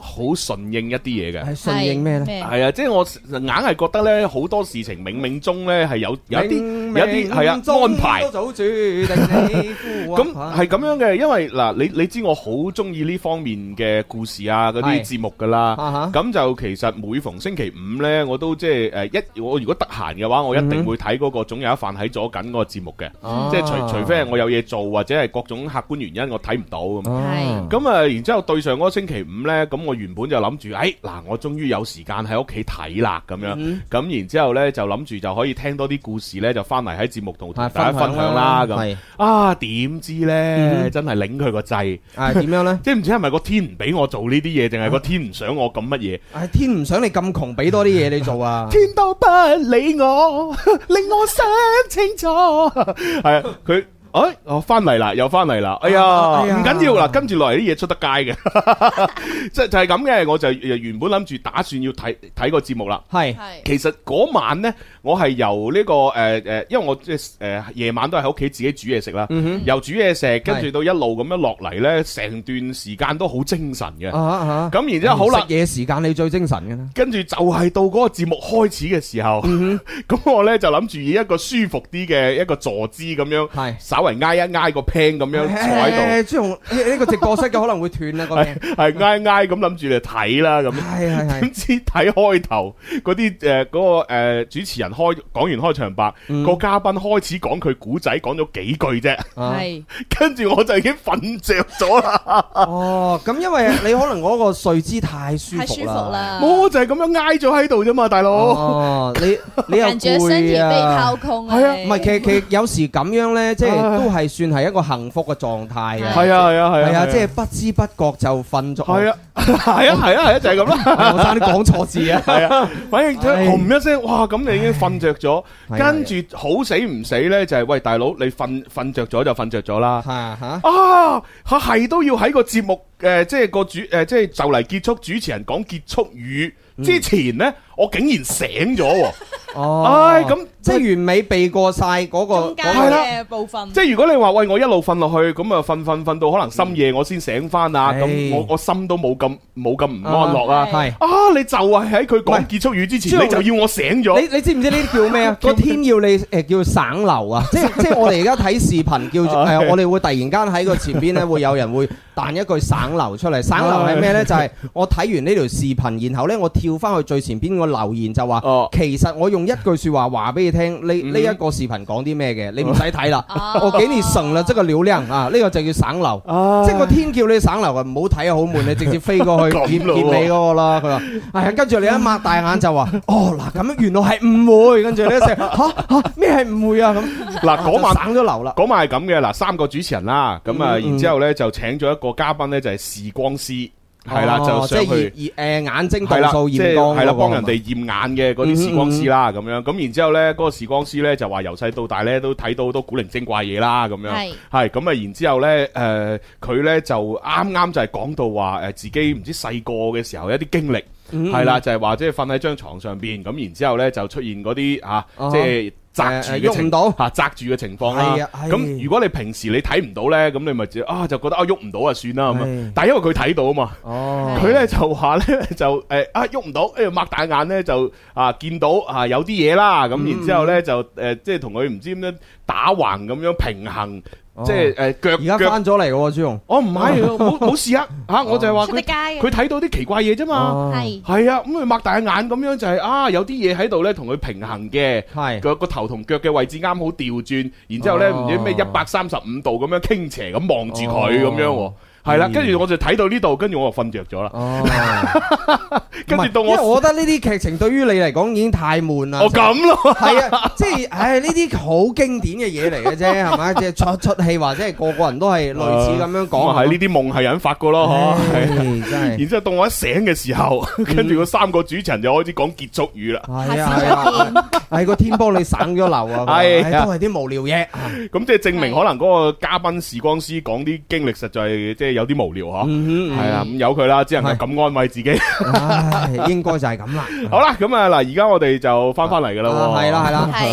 好順應一啲嘢嘅。
係順應咩咧？
係
係啊，即係我硬係覺得咧，好多事情冥冥中咧係有有啲有啲係啊安排
都。早注定你呼
咁
啊
係咁樣嘅，因為嗱，你你知我好中意呢方面嘅故事啊，嗰啲
係
節目噶啦。
啊
咁就其實每逢星期五呢，我都即係誒一我如果得閒嘅話，我一定
嗯哼
會睇嗰個總有一飯喺左緊嗰個節目嘅。
哈
即係除除非係我有嘢做，或者係各種客觀原因我睇唔到咁。
啊
咁啊，然之後對上嗰個星期五呢，咁我原本就諗住，哎嗱，我終於有時間喺屋企睇啦，咁樣，咁、
嗯
然之後呢，就諗住就可以聽多啲故事呢，就翻嚟喺節目度同大
係
家分享啦，咁
係
啊，點知呢？
嗯
真係擰佢個掣，
啊點樣咧？
即係唔知係咪個天唔俾我做呢啲嘢，定係個天唔想我咁乜嘢？
<laughs> 唉，天唔想你咁窮，俾多啲嘢你做啊！
<laughs> 天都不理我， <laughs> 令我想清楚。 <laughs> 係啊，佢。哎，我翻嚟啦，又翻嚟啦！哎呀，
啊哎呀
唔緊要啦，跟住落嚟啲嘢出得街嘅， <laughs> 即係就係咁嘅。我就呃原本諗住打算要睇睇個節目啦。
係
係
其實嗰晚呢，我係由呢、個誒誒、呃因為我即係誒夜晚都係喺屋企自己煮嘢食啦，由煮嘢食跟住到一路咁樣落嚟呢，成段時間都好精神嘅。
啊啊！
咁然之後好啦
食，嘢時間你最精神嘅啦。
跟住就係到嗰個節目開始嘅時候，
嗯
<laughs> 咁、我呢就諗住以一個舒服啲嘅一個坐姿咁樣，
係哎
稍微挨一挨個 pan 咁樣坐喺
誒朱紅呢呢個直播室嘅可能會斷啦
度，
個
係
名。
<laughs> 係挨一挨咁諗住嚟睇啦咁。
係哎係係
<laughs> 點知睇開頭嗰啲誒嗰個誒主持人開講完開場白，
嗯
個嘉賓開始講佢古仔，講咗幾句啫， <laughs>
啊
係
跟住我就已經瞓着咗啦。
哦，咁因為你可能嗰個睡姿太舒
太舒
服
服
啦。
啦，
我哦就係咁樣挨咗喺度啫嘛，大佬。
啊哦，你你又
感覺身體
攰
被
啊
掏。空
係啊，
你
唔係其其有時咁樣咧，即
唉
係都係算係一個幸福嘅狀態嘅。
係
係啊係啊係啊，
係啊，即係不知不覺就瞓咗。
係啊係啊係啊係啊，就係咁啦。
哎，我差啲講錯字
<laughs>
啊。
系
<laughs>
啊，反正佢
唉啊
紅一聲，哇！咁你已經瞓着咗，
唉
跟住好死唔死呢？就係喂大佬，你瞓瞓着咗就瞓着咗啦。
嚇嚇，
啊，嚇係都要喺個節
嗯
目誒，即係個主誒，即係就嚟結束主持人講結束語之前呢，我竟然醒
<laughs>
咗喎！
哦，
唉咁
即係完美避過晒嗰個
中間
嗰個
係啦
嘅部分，
即係如果你話喂我一路瞓落去，咁啊瞓瞓瞓到可能深夜我先醒翻啊，咁
嗯唉
我我心都冇咁冇咁唔安樂啊！
係。
啊，你就係喺佢講
喂
結束語之
朱
前，
紅
你就要我醒
你
咗。
你知唔知呢啲叫咩
<laughs>
啊？個天要你誒叫省流啊！即即係我哋而家睇視頻叫
<laughs> 哎
做呃誒，我哋會突然間喺個前邊咧會有人會彈一句省流出嚟。
哎
省流係咩咧？就係我睇完呢條視頻，然後咧我跳翻去最前邊個留言就話
哦，嗯
其實我用一句説話話俾你聽，呢呢一個視頻講啲咩嘅，你唔使睇啦。
哦
我給你省啦，即個流量啊，呢個就叫省流。
哎
即係個天叫你省流啊，唔好睇啊，好悶，你直接飛過去
咁
劫劫
咯喎
你嗰個啦。佢 <laughs> 話：係啊，跟住你一擘大眼就話：
<laughs>
哦嗱，咁樣原來係誤會。跟住你一成吓吓咩係誤會啊？咁
嗱嗰晚
啊就省咗流啦。
嗰晚係咁嘅，嗱三個主持人啦，咁啊，
嗯嗯
然之後咧就請咗一個嘉賓咧就係視光師，係啦，
哦
就
即
上
係
去。
驗驗誒眼睛度
係啦，
數
即
驗光嗰個
係啦，
係
幫
嘛嗯
人哋驗眼嘅嗰啲視光師啦，咁樣咁然之後咧，嗰個視光師咧就話由細到大咧都睇到好多古靈精怪嘢啦，咁樣
係
係咁啊，然之後咧，誒佢咧就啱啱就係講到話誒自己唔知細個嘅時候一啲經歷，
嗯
係啦，就係話即係瞓喺張床上邊，咁然之後咧就出現嗰啲啊，
哦
即係。擲住
誒誒
嘅
喐
情
唔到
嚇擲住嘅情況啦
係啊，係
咁如果你平時你睇唔到咧，咁你咪就啊就覺得啊喐唔到啊算啦咁樣
係，
但係因為佢睇到啊嘛，
哦
佢咧就話咧就誒啊喐唔到，誒擘大眼咧就啊見到啊有啲嘢啦，
嗯
咁然之後咧就誒即係同佢唔知點樣打橫咁樣平衡，
哦
即係誒
而
腳
家
腳。
翻咗嚟嘅喎，朱紅。
我唔係，冇冇事啊嚇，我就係話
出得
佢
街啊嘅
佢睇到啲奇怪嘢啫嘛。
哦
係
係啊，咁佢擘大眼咁樣就係啊，有啲嘢喺度咧同佢平衡嘅，
係
個個頭同腳嘅位置啱好調轉，然之後咧
嗯哦
唔知咩一百三十五度咁樣傾斜咁望住佢咁樣喎
哦，
係啦，
嗯
跟住我就睇到呢度，跟住我就瞓着咗啦。
哦，
<laughs> 跟住到
唔係因為
我
我覺得呢啲劇情對於你嚟講已經太悶啦。
我咁咯，
係啊，即係，唉，呢啲好經典嘅嘢嚟嘅
<laughs>
啫，係咪？即係出出戲或者係個個人都係類似咁樣
咁
講。
啊係呢啲夢係引發過咯，
唉
嗬。係
真係
然之後到我一醒嘅時候， <laughs> 跟住嗰三個主持人就開始講結束語啦。
係啊係啊，係個天幫你省咗流啊，
<laughs> 係啊
唉都係啲無聊嘢。
咁即係證明可能嗰個嘉賓視光師講啲經歷實在即係有啲無聊嗬。
嗯
係啊，咁由佢啦，只能夠咁安慰自己。
哼，唉，應該就係咁啦。
好啦，咁啊嗱，而家我哋就翻翻嚟噶啦
啊
喎。
係啦係啦，
係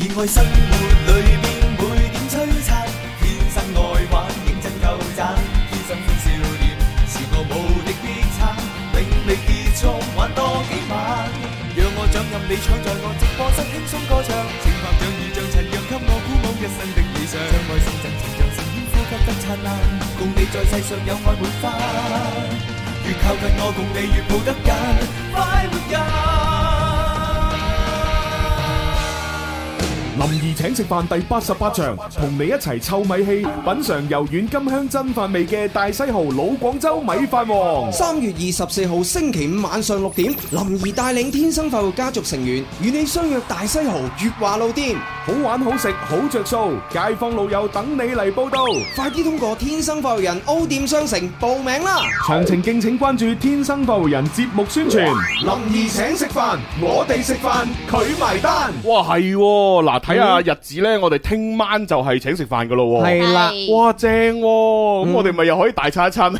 热爱生活里面每點璀璨，天生愛玩，認真夠讚，天生歡笑臉，是我無敵必撐，永未結束，玩多幾晚，讓我掌任你搶在我直播室輕鬆歌唱，情拍掌與像塵揚，給我鼓舞一生的理想，將愛心贈情，讓聲音呼吸得燦爛，共你在世上有愛滿花，越靠近我，共你越抱得緊，快活人。
林兒請食飯第八十八場，同你一齊臭米氣，品嚐柔軟甘香真飯味嘅大西豪老廣州米飯王。
三月二十四號星期五晚上六點，林兒帶領天生快活家族成員與你相約大西豪月華路店，
好玩好食好着數，街坊老友等你嚟報道。
快啲通過天生快活人 O 店商城報名啦！
詳情敬請關注《天生快活人》節目宣傳。
林兒請食飯，我哋食飯，佢埋單。
哇，係喎嗱，睇
嗯
下日子咧，我哋聽晚就係請食飯噶咯。喎。
係啦，
係
哇，正喎！
嗯
咁我哋咪又可以大餐一餐。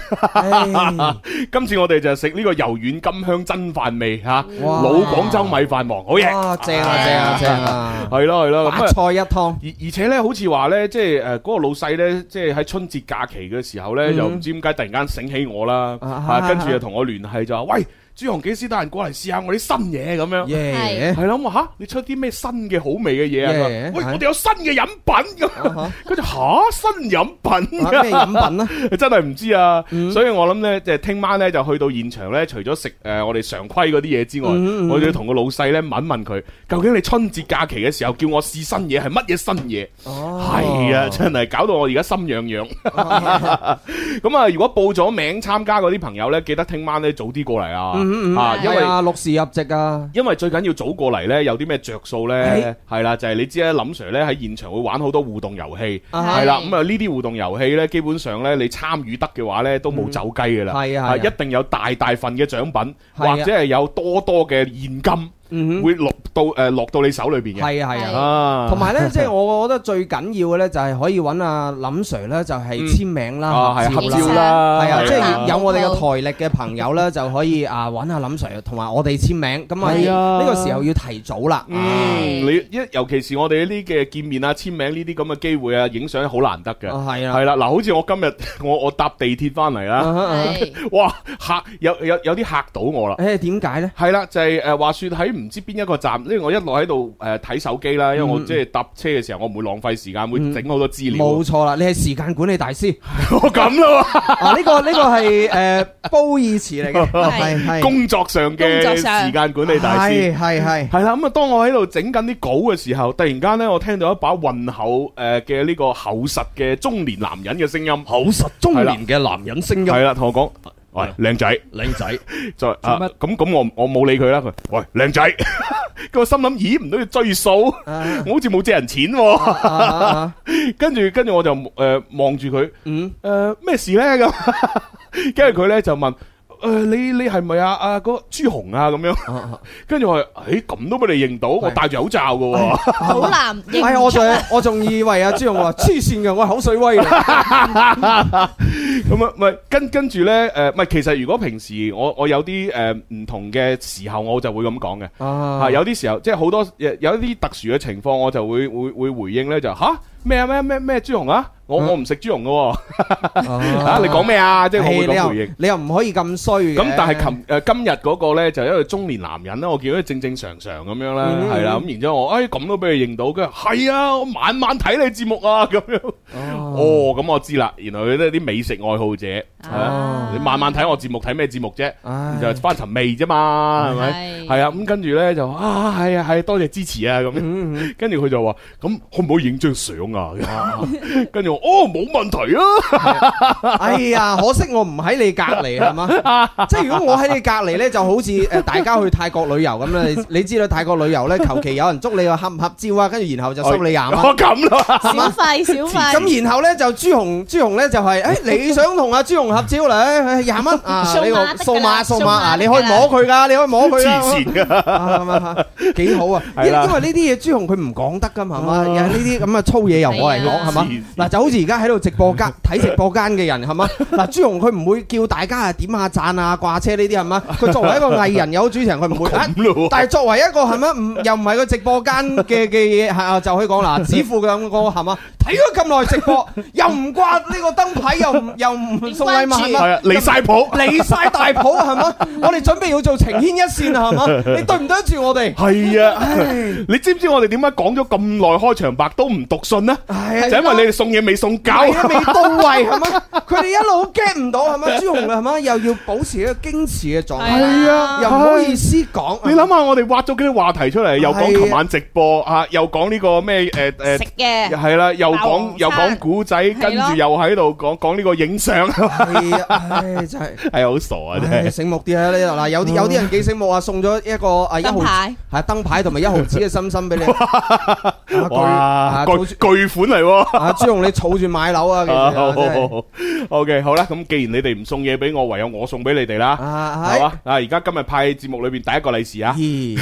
今次我哋就食呢個柔軟甘香真飯味嚇，
哇
老廣州米飯王，好嘢！
哇，正啊正啊正啊，
係咯係咯，咁
白
啊
菜一湯。
而而且咧，好似話咧，即係誒呃嗰個老細咧，即係喺春節假期嘅時候咧，
嗯
就唔知點解突然間醒起我啦，
啊
啊
啊
跟住就同我聯繫就話：喂，朱紅幾時得閒過嚟試下我啲新嘢咁樣？
耶！
係啦，我話吓你出啲咩新嘅好味嘅嘢啊？佢話
耶
喂，
係
我哋有新嘅飲品咁
哈，
跟住吓新飲品
Uh-huh 啊咩飲品咧？
<laughs> 真係唔知啊！
嗯
所以我諗呢，即係聽晚呢，就去到現場呢，除咗食誒我哋常規嗰啲嘢之外，
嗯嗯嗯
我哋要同個老細呢問一問佢，究竟你春節假期嘅時候叫我試新嘢係乜嘢新嘢？
哦
係啊，真係搞到我而家心癢
<laughs>
癢。咁啊，如果報咗名參加嗰啲朋友呢，記得聽晚呢早啲過嚟
嗯嗯嗯
啊！啊，因為
係啊，六時入席啊，
因為最緊要早過嚟呢，有啲咩着數呢？
係
係啦，就係你知啦，林 Sir 呢喺現場會玩好多互動遊戲，
啊哈
係啦，咁啊呢啲互動遊戲呢，基本上呢，你參與得嘅話呢，都冇走雞噶啦，
係啊係啊
一定有大大份嘅獎品，
係啊
或者係有多多嘅現金。
嗯
會落到诶落到你手裏边
哼，
嘅。
係啊係啊。
啊，
同埋咧，即係我覺得最緊要嘅咧，就係可以揾阿林 Sir 咧，就係簽名啦、
啊係
合
合
照
照
啦。
啦，
係啊，
係啊
即係有我哋嘅台歷嘅朋友咧，就可以啊揾阿林 Sir 同埋我哋簽名。咁
係
啊，
啊
呢個時候要提早啦。
嗯，你一尤其是我哋呢啲嘅見面啊、簽名呢啲咁嘅機會啊、影相好難得嘅。
啊係啊
係啦，嗱，好似我今日我我搭地鐵翻嚟啦，
啊
係
哇嚇有有有啲嚇到我啦。
誒點解咧？
係啦，就係誒話説喺唔知邊一個站，因為我一路喺度誒睇手機啦，因為我即係搭車嘅時候，我唔會浪費時間，會整好多資
嗯
料。啊
冇錯啦，你係時間管理大師
<laughs> 我咁啦喎，
啊！呢個呢個係誒褒義詞
<laughs>
嚟嘅，係係
工作上嘅
工作上
時間管理大師。
係係係。
系啦，咁啊，當我喺度整緊啲稿嘅時候，突然間咧，我聽到一把浑厚诶嘅呢個厚實嘅中年男人嘅聲音，
口實中年嘅男人聲音
係，啦，同我講：
啊
喂，靚仔，
靚
<laughs>
仔，
就啊咁咁，我我冇理佢啦。佢喂，靚仔， <laughs> 佢我心諗，咦，唔都要追數？我
啊
好似冇借人錢喎。
啊啊啊
<laughs> 跟住跟住我就诶望住佢，
嗯
诶咩事咧咁？ <laughs> 跟住佢咧就問：诶你你係咪啊啊嗰朱紅啊咁
啊啊
樣？跟住我話：诶咁都俾你認到，我戴住口罩噶喎。
好難認
哎，
唔
我
出
仲我仲以為阿朱紅話黐線嘅，我係口水威嚟。
咁啊，咪跟跟住咧，誒、唔係其實如果平時我我有啲誒唔同嘅時候，我就會咁講嘅。
啊
啊，有啲時候即係好多有有一啲特殊嘅情況，我就會會會回應咧就吓咩啊咩咩咩豬紅啊，我我唔食豬紅嘅喎， <laughs> 啊你講咩啊？即係我
唉
會
你
咁
又
回應。
你又唔可以咁衰嘅。
咁但係琴誒今日嗰個咧就一個中年男人啦，我見到佢正正常常咁樣啦，
嗯
係啦，咁然之後我誒咁都俾佢認到，跟住係啊，我晚晚睇你節目啊咁樣，哦咁我知啦，原來佢都係啲美食愛好者，係啊
啊
你慢慢睇我節目睇咩節目啫，
唉嗯
就翻尋味啫嘛，係咪？
係
係啊，咁跟住咧就啊，係啊，係多謝支持啊咁。
嗯嗯
跟住佢就話：咁可唔可以影張相
<laughs>
啊？跟住我哦，冇問題啊！
哎呀，可惜我唔喺你隔離
<laughs>
係嘛？即係如果我喺你隔離咧，就好似誒大家去泰國旅遊咁啦。
<laughs>
你你知啦，泰國旅遊咧，求其有人捉你話合唔合照啊，跟住然後就收你廿蚊。
我哦咁啦，
小費小費，
咁然後咧就朱紅，朱紅咧
<laughs>
就係、誒你想同阿朱紅合照嚟，廿蚊啊，
數碼
呢個
得㗎
數碼
啦
數
數
碼
碼
啊，
得
你
㗎
可
啦
以摸佢噶，你可以摸佢
黐
啦。
線噶，
啊咁啊， <laughs> 幾好啊！因
係啦
因為呢啲嘢朱紅佢唔講得噶嘛，係嘛？又係呢啲咁嘅粗嘢由我嚟講係嘛
係啊？
嗱就好似而家喺度直播間睇直播間嘅人係嘛？嗱朱紅佢唔會叫大家啊點下讚啊掛車呢啲係嘛？佢作為一個藝人有主持人佢唔會。啊
咁咯喎。
但係作為一個係咪唔又唔係個直播間嘅嘅嘢係啊，就可以講嗱，指父咁個係嘛？睇咗咁耐直播，又唔掛呢個燈牌，又唔又唔送禮物係嘛
係？啊，離晒譜。
離晒大譜啊係
<laughs>
嘛？我哋準備要做情牽一線啊啦係嘛？你對唔對得住我哋？
係啊，你知唔知我哋點解講咗咁耐開場白都唔讀信呢？
係啊
就因為你哋送嘢未送夠
係。啊，未到位係嘛？佢哋一路 get 唔到係嘛？朱紅啊係嘛？又要保持一個矜持嘅狀態，
係啊
又唔好意思講。
<laughs> 你諗下，我哋挖咗幾啲話題出嚟，又講琴晚直播啊，又講呢個咩誒誒
食嘅
系啦，又
霸王餐
講又講古仔，跟住又喺度講講呢個影相， <laughs>
係啊，唉真係。
係好傻啊！真
唉，
係。
醒目啲啊！呢度嗱，有
嗯
啲有啲人幾醒目啊，送咗一個啊一毫
燈牌
係燈牌同埋一毫子嘅心心
<laughs>
俾你。啊巨
哇
啊，
巨
儲住
巨款嚟喎！
啊朱紅，你儲住買樓啊！其實
啊
啊
好
真
<laughs> 好
係
好，OK，好啦，咁既然你哋唔送嘢俾我，唯有我送俾你哋啦，
啊
係
係
嘛？啊，而家今日派節目裏邊第一個利是啊，
咦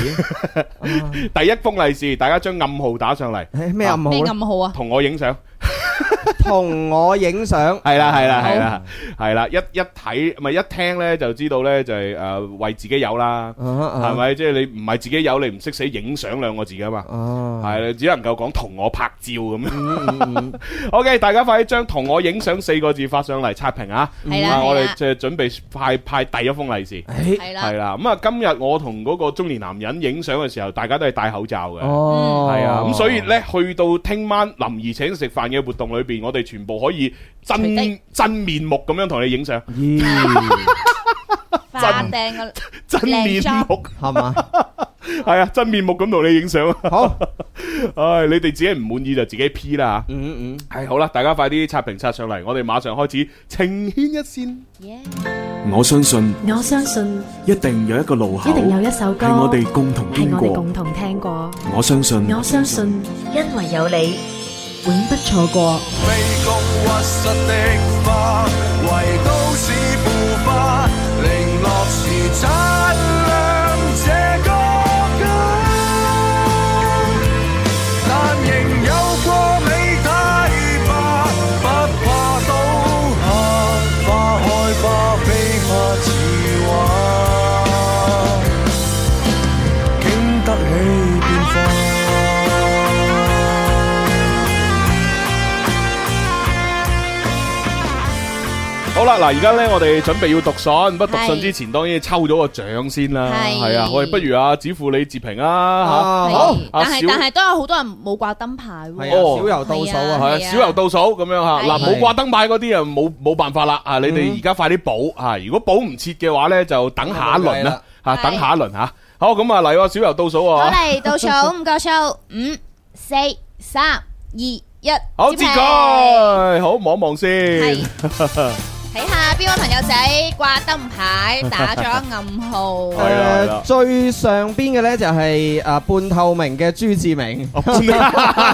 第一封利是，大家將暗號打上嚟，
唉咩暗號
咩
咧？
暗號啊？
同我影相，
同我影相。
係啦係啦係啦係啦，一一睇咪一聽咧就知道咧就係誒為自己有啦，係
係？
咪？即係你唔係自己有，你唔識寫影相兩個字噶嘛？
哦，
系啦，只能夠講同我拍照咁樣。OK，大家快啲將同我影相四個字發上嚟刷屏啊！
係啦
啊
係啦
我哋即係準備派派第一封利是。
誒
係
係
啦，
啦，咁啊，今日我同嗰個中年男人影相嘅時候，大家都係戴口罩嘅。
哦，
係啊，咁所以呢，去到聽晚林怡請食飯嘅活動裏邊，我哋全部可以真
隨的
真面目咁樣同你影相，
咦，
花訂嘅
真面目
係
<laughs>
嘛？
係啊，真面目咁同你影相啊！
好，
<laughs> 唉，你哋自己唔滿意就自己 P 啦嚇。
嗯嗯，
系好啦，大家快啲刷屏刷上嚟，我哋馬上開始情牽一線。
嘢。
我相信
我相信
一定有一個路口，
一定有一首歌
係我哋共同
係
經
我哋
過
共。同聽過，
我相信
我相信
因为有你，永不错过。
卑躬屈膝的花，為都市腐化，零落時擦亮這個家。
啦，嗱，而家咧我哋準備要讀信，不過讀信
係
之前當然抽咗個獎先啦，
係
係啊，我哋不如啊，子富你截屏啊，
啊
吓
好
阿
但係
小
但係都有好多人冇掛燈牌喎。
哦
小游倒數啊
係啊，小游倒數咁樣吓，嗱，
係
冇掛燈牌嗰啲啊，冇冇辦法啦，啊，你哋而家快啲補啊，如果補唔切嘅話咧，就等下一輪啦，吓，
係
等下一輪吓，好，咁啊嚟喎，小游倒數
好
啊，
嚟倒數五個數，五、四、三、二、一，
好，
接
截
屏
佢，好望一望先
係。睇下邊位朋友仔掛燈牌，打咗暗號。
係啊啦係啦
誒最上邊嘅咧就係誒半透明嘅朱志明，
對哦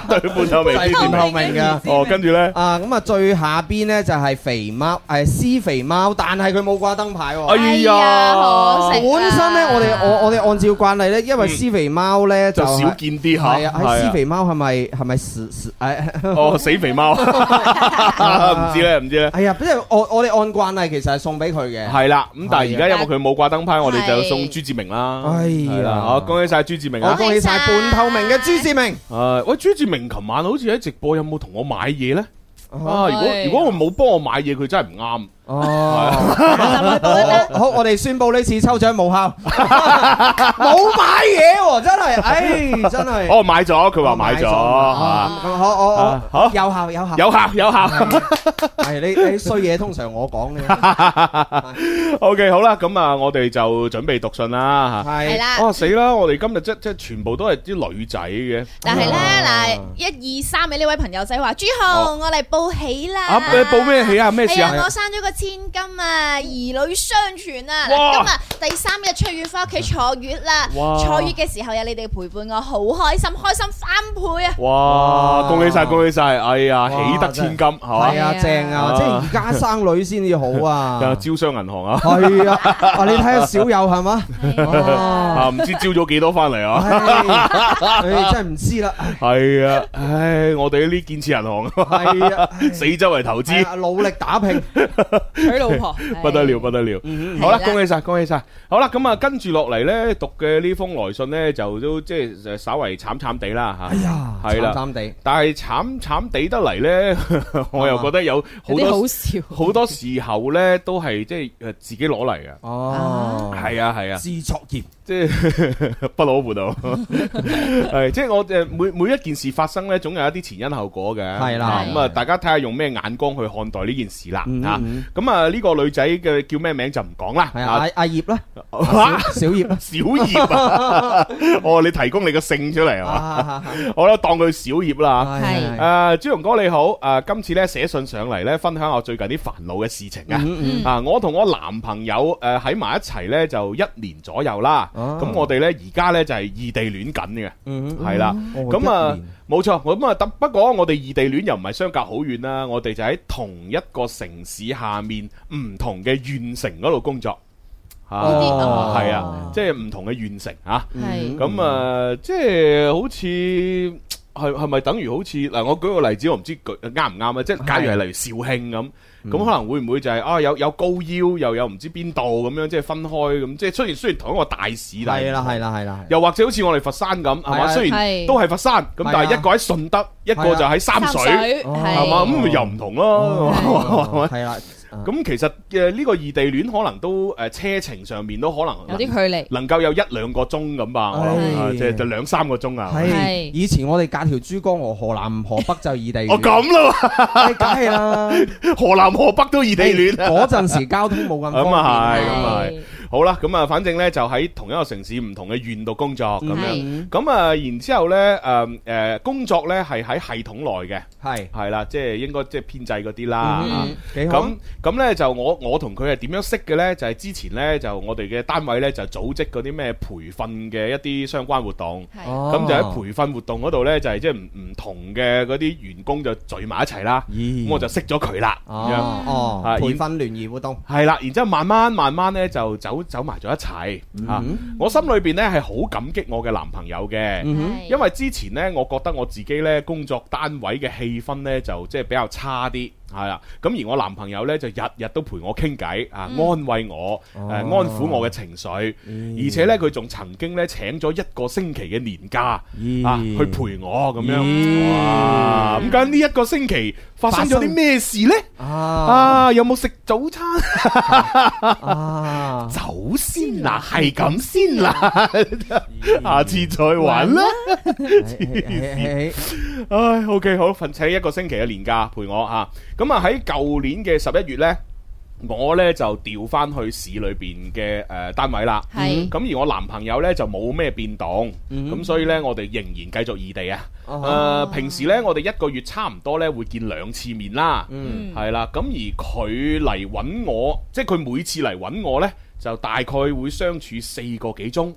半透明
係
朱志明
半透明嘅。
哦，跟住咧，
啊，咁啊最下邊咧就係肥貓，誒施肥貓，但係佢冇掛燈牌喎。
哎呀可惜
本身咧我哋我我哋按照慣例咧，因為施肥貓咧
嗯就
係
少見啲嚇
係啊，
係啊
喺施肥貓係咪係咪哎死死誒？ <laughs>
哦，死肥貓，唔知咧，唔知咧。
係啊，即係我我哋按慣例其實係送俾佢嘅。
系啦，咁但系而家因為佢冇掛燈牌，我哋就
係
送朱志明啦。
哎呀
係啦好恭喜晒朱志明
我
啊！
恭喜晒半透明嘅朱志明。
诶，啊喂，朱志明，琴晚好似喺直播有冇同我買嘢呢？啊，如果
係
如果我冇幫我買嘢，佢真係唔啱。
哦，好，好我哋宣布呢次抽獎無 <laughs> 效，冇買嘢喎，真係，唉，真係。
哦，買咗，佢話買咗，
哦咁好，我我
啊好
有效有效
有效有效。
係你你衰嘢通常我 <laughs> 講嘅。
O K，好啦，咁啊，我哋就準備讀信啦。
係啦
哦，死啦！我哋今日即即全部都係啲女仔嘅。
但係咧嗱，一二三嘅呢位朋友仔話：朱紅，
哦
我嚟報喜啦！
啊，你報咩喜啊？咩事
係啊，
啊
我？生咗個千金啊，兒女相傳啊！嗱，
哇
今日第三日出院翻屋企坐月啦，
哇
坐月嘅時候有你哋陪伴我，好開心，開心翻倍啊！
哇！恭喜晒，恭喜晒！哎呀，喜得千金，係嘛？
係啊，正啊，即係而家生女先至好啊。
招商銀行啊。
係啊，啊你睇下小友係
<laughs>
嘛？
啊，唔知招咗幾多翻嚟啊？
唉你真係唔
<laughs>
知啦。
係啊，唉，我哋呢啲建設銀行 <laughs>
係啊，
四周圍投資
係，啊努力打拼，
娶老
<laughs>
婆
<laughs>
不得了，不得了。好啦，恭喜晒，恭喜晒。好啦，咁啊，跟住落嚟咧，讀嘅呢封來信咧，就都即係稍為慘慘地啦吓。哎
呀
係啦，
慘慘地。
但係慘慘地得嚟咧， <laughs> 我又覺得有好
有啲
多
好笑
好多時候咧都係即係誒自己攞嚟嘅。
哦，
係啊係啊， <laughs>
自作孽，
即係不老
<laughs>
活道。係即係我誒每每一件事發生咧，總有一啲前因後果嘅。
係啦
啊咁啊，大家睇下用咩眼光去看待呢件事啦
嗯
嚇
嗯。
咁啊，呢個女仔嘅叫咩名就唔講啦。
係啊，阿阿葉啦，
啊
小小葉啦，
小葉
<laughs>
啊！哦，你提供你個姓出嚟係嘛
啊？
好啦，當佢小葉啦嚇。
係
誒，朱紅哥你好，誒，今次咧寫信上嚟咧，分享我最近啲煩惱嘅事情啊
嗯。嗯
啊，我同我男朋友誒喺埋一齊咧就一年左右啦。咁我哋咧而家咧就係異地戀緊嘅。
啊嗯
係啦，
哦
咁
一
啊
年
冇錯，咁啊，但不過我哋異地戀又唔係相隔好遠啦，我哋就喺同一個城市下面唔同嘅縣城嗰度工作。啊嚇
呢啲哦嗯
係啊，嗯即係唔同嘅縣城嚇。
係
咁啊，即係好似。係係咪等於好似嗱？我舉個例子，我唔知舉啱唔啱啊！即係假如係例如肇慶咁，
嗯
咁可能會唔會就係啊有有高腰又有唔知邊度咁樣，即係分開咁，即係雖然雖然同一個大市，但
係啦係啦係啦。
又或者好似我哋佛山咁，係
係
嘛？
啊
雖然
係
都係佛山，咁
係啊
但係一個喺順德，一個就喺三
三
水，哦
水
係嘛？
係哦
咁咪又唔同咯，係
啦。
咁其實嘅呢個異地戀可能都誒車程上面都可能
有啲距離
能夠有一兩個鐘咁吧，我諗
係
啊即係就兩三個鐘啊。
係以前我哋隔條珠江河，河南河北就異地戀。
哦咁啦，
梗係啦，
河南河北都異地戀
嗰陣時交通冇咁
咁啊
方
係，
便。
咁啊係。好啦，咁啊，反正呢，就喺同一個城市唔同嘅縣度工作咁樣，
嗯
咁啊，然之後呢，誒誒工作呢係喺系統內嘅，
係
係啦，即係應該即係編制嗰啲啦
嗯。
嚇
幾好啊
咁咁呢，就我我同佢係點樣識嘅呢？就係之前呢，就我哋嘅單位呢，就組織嗰啲咩培訓嘅一啲相關活動，
係
哦
咁就喺培訓活動嗰度呢，就係即係唔唔同嘅嗰啲員工就聚埋一齊啦，咁我就識咗佢啦。咁樣
哦哦
啊，
培
然
訓聯誼活動。
係啦，然之後慢慢慢慢咧就走走埋咗一齊
嗯
吓。我心裏邊呢係好感激我嘅男朋友嘅
嗯哼，
因為之前呢，我覺得我自己呢工作單位嘅氣氛呢就即係比較差啲。係啦，咁而我男朋友呢，就日日都陪我傾偈啊，安慰我，誒安撫我嘅情緒，而且呢，佢仲曾經呢請咗一個星期嘅年假啊去陪我咁樣，哇！咁緊呢一個星期發生咗啲咩事呢？啊，有冇食早餐？ <laughs> 走先啦，係咁先啦， <laughs> 下次再玩啦。黐線唉，OK，好，瞓請一個星期嘅年假陪我吓。咁啊喺舊年嘅十一月呢。我呢就調翻去市裏邊嘅誒單位啦，
係嗯
咁而我男朋友呢就冇咩變動，咁所以呢，我哋仍然繼續異地啊。誒
哦
平時呢，我哋一個月差唔多呢會見兩次面啦，
嗯
係啦。咁而佢嚟揾我，即係佢每次嚟揾我呢，就大概會相處四個幾鐘。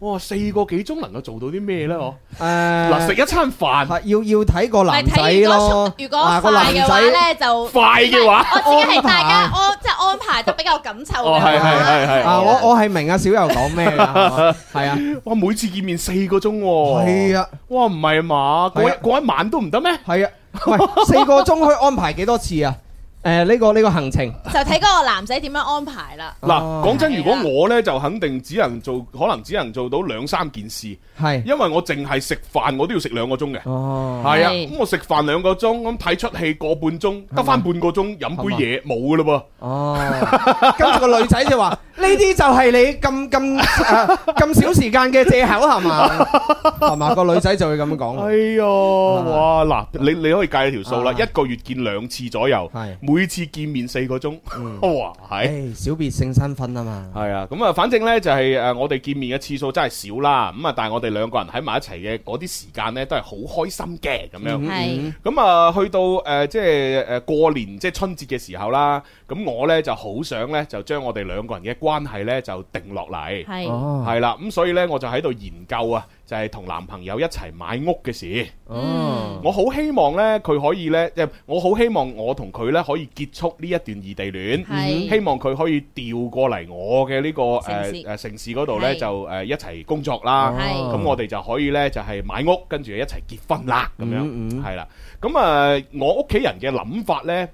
哇，四個幾鐘能夠做到啲咩呢？
嗯
我嗱食一餐飯，
要要睇個男
睇
仔
如果
咯
速，如果
啊個
快
男
嘅話
仔哦
咧就
快嘅話
我自己係大家
安排
安即係安排得比較緊湊
哦係係係係
啊！我我係明阿小柔講咩
<laughs>
啦，係啊，
哇每次見面四個鐘喎，
係啊，
哇唔係嘛，嗰一嗰一晚都唔得咩？
係啊，喂，四個鐘可以安排幾多次啊？誒呢個呢個行程。
就睇嗰個男仔點樣安排啦。
嗱，
啊
講真，如果我呢，就肯定只能做，可能只能做到兩三件事，
係
因為我淨係食飯，我都要食兩個鐘嘅，
哦
係啊，
係
咁我食飯兩個鐘，咁睇出戲個半鐘，得翻半個鐘，飲杯嘢冇噶啦
哦， <laughs> 跟住個女仔就話：呢啲就係你咁咁誒咁少時間嘅借口係嘛？係嘛？個女仔就會咁講。
哎喎，哇，嗱，你你可以計條
啊
數啦，一個月見兩次左右，每次見面四個鐘，
嗯
<laughs> 哇，係。
唉，小別勝新婚啊嘛。
系啊，咁啊，反正呢，就係诶，我哋見面嘅次數真係少啦，咁啊，但係我哋兩個人喺埋一齊嘅嗰啲時間呢，都係好開心嘅咁樣。
嗯
係
咁啊，去到诶即係诶過年即係春節嘅時候啦，咁我呢就好想呢，就將我哋兩個人嘅關係呢就定落嚟，
係哦
係啦，咁所以呢，我就喺度研究啊，就係同男朋友一齊買屋嘅事。
嗯
我好希望呢，佢可以呢，即係我好希望我同佢呢可以結束呢一段異地戀，
係
希望佢可以調過嚟我嘅呢個
城市
誒誒城市嗰度呢，
係
就誒一齊工作啦，
係
啊
哦
咁我哋就可以呢，就係買屋，跟住一齊結婚啦，咁
嗯
樣係啦。咁啊，我屋企人嘅諗法呢。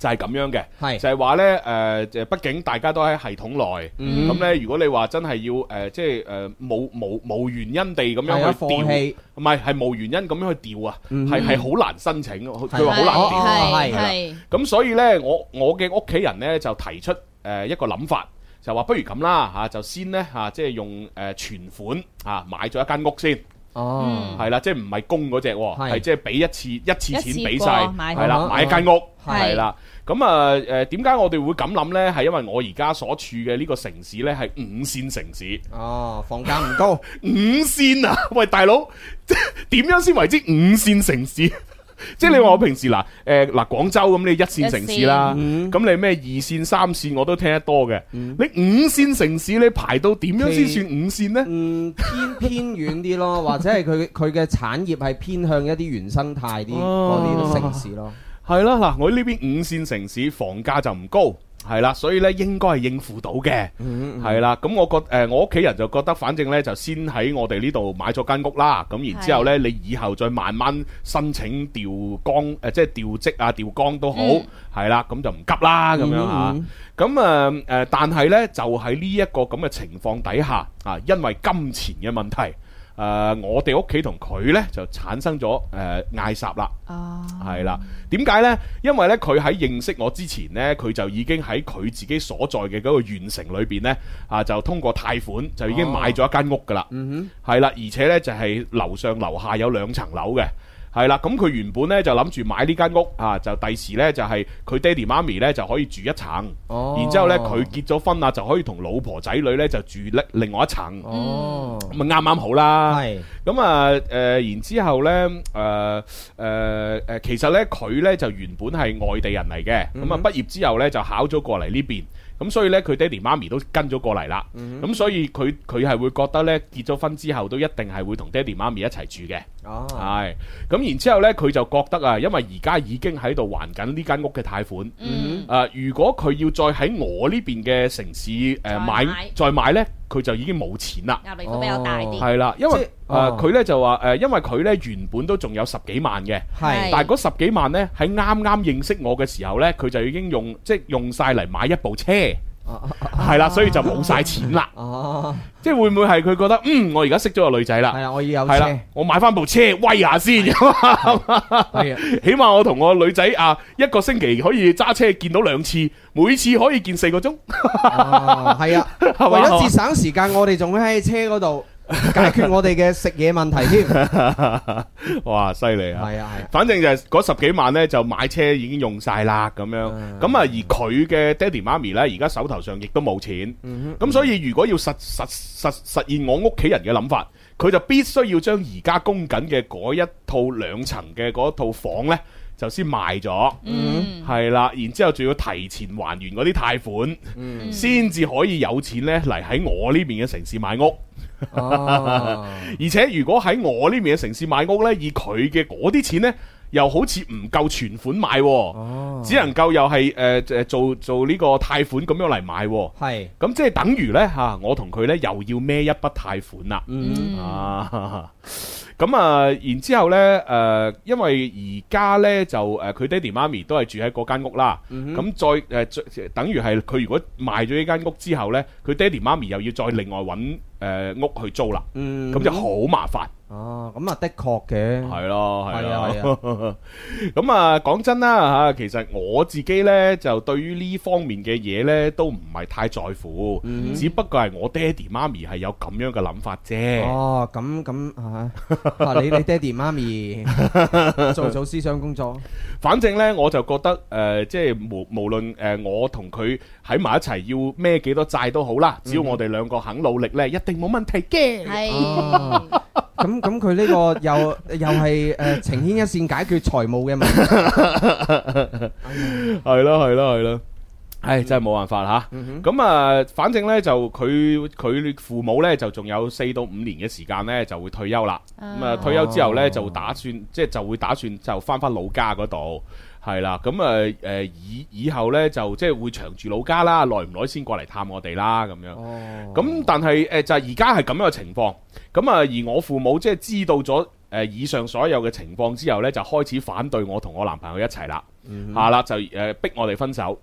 就係咁樣嘅，就係話呢，誒，即係畢竟大家都喺系統內，
嗯
咁呢，如果你話真係要呃誒，即係誒冇冇冇原因地咁
係啊
樣去
放
調
棄
唔係，係無原因咁樣去調啊，
嗯
係係好難申請，佢
係
話好難
哦
調，
係
啦
係
咁所以呢，我我嘅屋企人呢，就提出誒一個諗法，就話不如咁啦嚇，就先呢，嚇，即係用誒存款啊買咗一間屋先。
嗯
哦，
係啦，即係唔係供嗰只，
係
係即係俾一次一次
一次
錢俾
過
晒，
買
係啦
哦，
買一間屋，
係
係啦。咁啊誒，點解我哋會咁諗呢？係因為我而家所處嘅呢個城市呢，係五線城市。
哦，房價唔高，
五線啊！ <laughs> 喂，大佬，點樣先為之五線城市？ <laughs> 即係你話我平時嗱，誒嗱廣州咁，你嗯一線城市啦，咁你咩二線、三線我都聽得多嘅。你五線城市你排到點樣先算五線呢？
嗯，偏偏遠啲
<laughs>
咯，或者係佢佢嘅產業係偏向一啲原生態啲
哦
嗰啲城市咯。
係啦，嗱，我呢邊五線城市房價就唔高，係啦，所以呢應該係應付到嘅，
嗯
係啦。咁我覺誒、呃我屋企人就覺得，反正呢就先喺我哋呢度買咗間屋啦。咁然之後呢，你以後再慢慢申請調崗誒、即係調職啊、調崗都好，
嗯
係啦、咁就唔急啦咁樣嚇
嗯。
咁啊誒，但係呢，就喺呢一個咁嘅情況底下啊，因為金錢嘅問題。誒、我哋屋企同佢呢，就產生咗誒嗌霎啦。係啦，點解呢？因為呢，佢喺認識我之前呢，佢就已經喺佢自己所在嘅嗰個縣城裏邊呢，啊就通過貸款就已
哦
經買咗一間屋噶啦，
嗯
係啦、而且呢，就係、樓上樓下有兩層樓嘅。係啦，咁佢原本呢，就諗住買呢間屋啊，就第時呢，就係佢爹哋媽咪呢，就可以住一層，
哦
然之後呢，佢結咗婚啦，啊就可以同老婆仔女呢，就住另另外一層。
哦，
咁咪啱啱好啦。
係
咁啊，誒、然之後呢，呃誒誒誒，
嗯
其實呢，佢呢就原本係外地人嚟嘅，咁啊、畢業之後呢，就考咗過嚟呢邊。咁所以呢，佢爹哋媽咪都跟咗過嚟啦。
嗯
咁、所以佢佢係會覺得呢，結咗婚之後都一定係會同爹哋媽咪一齊住嘅。
哦
哦
係咁然之後呢，佢就覺得啊，因為而家已經喺度還緊呢間屋嘅貸款。
嗯
啊如果佢要再喺我呢邊嘅城市誒、呃、買
買
再買呢，佢就已經冇錢啦。
壓力都比較大啲。
係啦，因為誒
哦
佢咧就話誒，因為佢咧原本都仲有十幾萬嘅，
係
但係嗰十幾萬咧喺啱啱認識我嘅時候咧，佢就已經用即係用晒嚟買一部車，係啦，所以就冇晒錢啦。即係會唔會係佢覺得嗯，我而家識咗個女仔啦，係
啦，我要有
係啦
車，
我買翻部車威下先， <laughs> 起碼我同我女仔啊一個星期可以揸車見到兩次，每次可以見四個鐘， <laughs>
係啊，為
嘛
咗節省時間，我哋仲會喺車嗰度解決我哋嘅食嘢問題
<laughs>
添。
哇，犀利啊！
係啊係啊，
反正就係嗰十幾萬呢，就買車已經用晒啦，咁樣。咁啊，而佢嘅爹哋媽咪呢，而家手頭上亦都冇錢。咁所以如果要實實實實現我屋企人嘅諗法，佢就必須要將而家供緊嘅嗰一套兩層嘅嗰套房呢，就先賣咗。
嗯，
係啦，然之後仲要提前還完嗰啲貸款，先至可以有錢呢嚟喺我呢邊嘅城市買屋。
啊
而且如果喺我呢邊嘅城市買屋呢，以佢嘅嗰啲錢呢，又好似唔夠存款買喎，
哦
只能夠又係誒誒做做呢個貸款咁樣嚟買喎。
係
咁即係等於呢，嚇、我同佢呢又要孭一筆貸款啦。
嗯
啊， <laughs> 咁啊，然之後呢，誒、呃因為而家呢，就誒佢爹哋媽咪都係住喺嗰間屋啦。咁、
嗯哼
再誒、再等於係佢如果賣咗呢間屋之後呢，佢爹哋媽咪又要再另外揾誒、屋去租啦。
嗯
咁就好麻煩。
哦，咁啊的確嘅，
係咯，係
係啊
咯。 <laughs> 咁啊，講真啦嚇，其實我自己呢，就對於呢方面嘅嘢呢，都唔係太在乎，
嗯
只不過係我爹哋媽咪係有咁樣嘅諗法啫。
哦，咁咁啊，啊你你爹哋媽
<laughs>
咪做做思想工作，
反正呢，我就覺得誒、呃即係無無論誒、呃我同佢喺埋一齊要孭幾多債都好啦，
嗯
只要我哋兩個肯努力呢，一定冇問題
啊
嘅。
哦咁咁佢呢個又又係誒情牽一線解決財務嘅問題，
係咯係咯係咯。唉，真係冇辦法吓。咁啊，反正呢，就佢佢父母呢，就仲有四到五年嘅時間呢，就會退休啦。咁啊，退休之後呢，就打算即係就會打算就翻翻老家嗰度。係啦，咁啊誒以以後呢，就即係會長住老家啦，耐唔耐先過嚟探我哋啦咁樣。
哦
咁但係誒、呃就係而家係咁樣嘅情況，咁啊而我父母即係知道咗誒、呃以上所有嘅情況之後呢，就開始反對我同我男朋友一齊啦，嚇啦、就誒、呃逼我哋分手。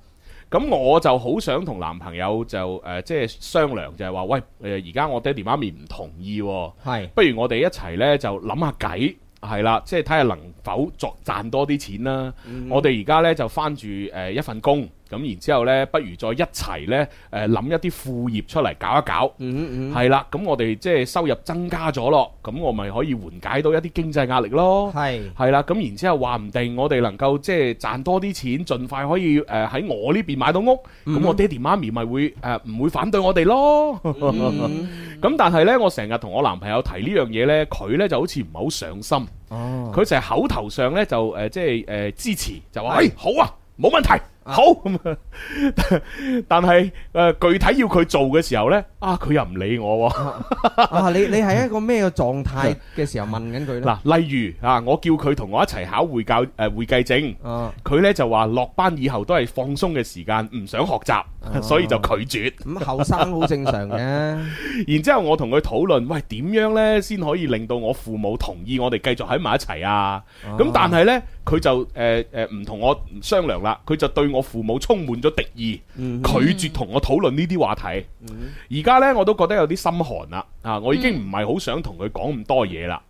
咁我就好想同男朋友就誒、呃即係商量，就係話喂誒呃而家我爹哋媽咪唔同意喎、
係
不如我哋一齊呢，就諗下計，係啦，即係睇下能否作賺多啲錢啦。
嗯
我哋而家呢，就翻住誒一份工，咁然之後呢，不如再一齊呢，誒諗一啲副業出嚟搞一搞。
嗯
係啦，咁我哋即係收入增加咗咯，咁我咪可以緩解到一啲經濟壓力咯。
係
係啦，咁然之後話唔定我哋能夠即係賺多啲錢，盡快可以誒呃喺我呢邊買到屋，咁、我爹哋媽咪咪會誒呃唔、會反對我哋咯。
嗯
咁但係呢，我成日同我男朋友提呢樣嘢呢，佢呢就好似唔係好上心，
哦
佢成日口頭上呢就誒、呃即係誒、呃支持，就話誒好啊，冇問題，好 <laughs> 咁啊。但係誒、呃具體要佢做嘅時候呢，啊佢又唔理我喎。
啊你你係一個咩嘅狀態嘅時候問緊佢咧？
嗱，例如啊，我叫佢同我一齊考會教誒、呃、會計證，
啊
佢呢就話落班以後都係放鬆嘅時間，唔想學習，所以就拒絕。
咁後生好正常嘅。
然之後我同佢討論，喂點樣呢先可以令到我父母同意我哋繼續喺埋一齊啊？咁、但係呢，佢就誒誒唔同我商量啦，佢就對我父母充滿咗敵意，拒絕同我討論呢啲話題。而家呢，我都覺得有啲心寒啦，啊，我已經唔係好想同佢講咁多嘢啦。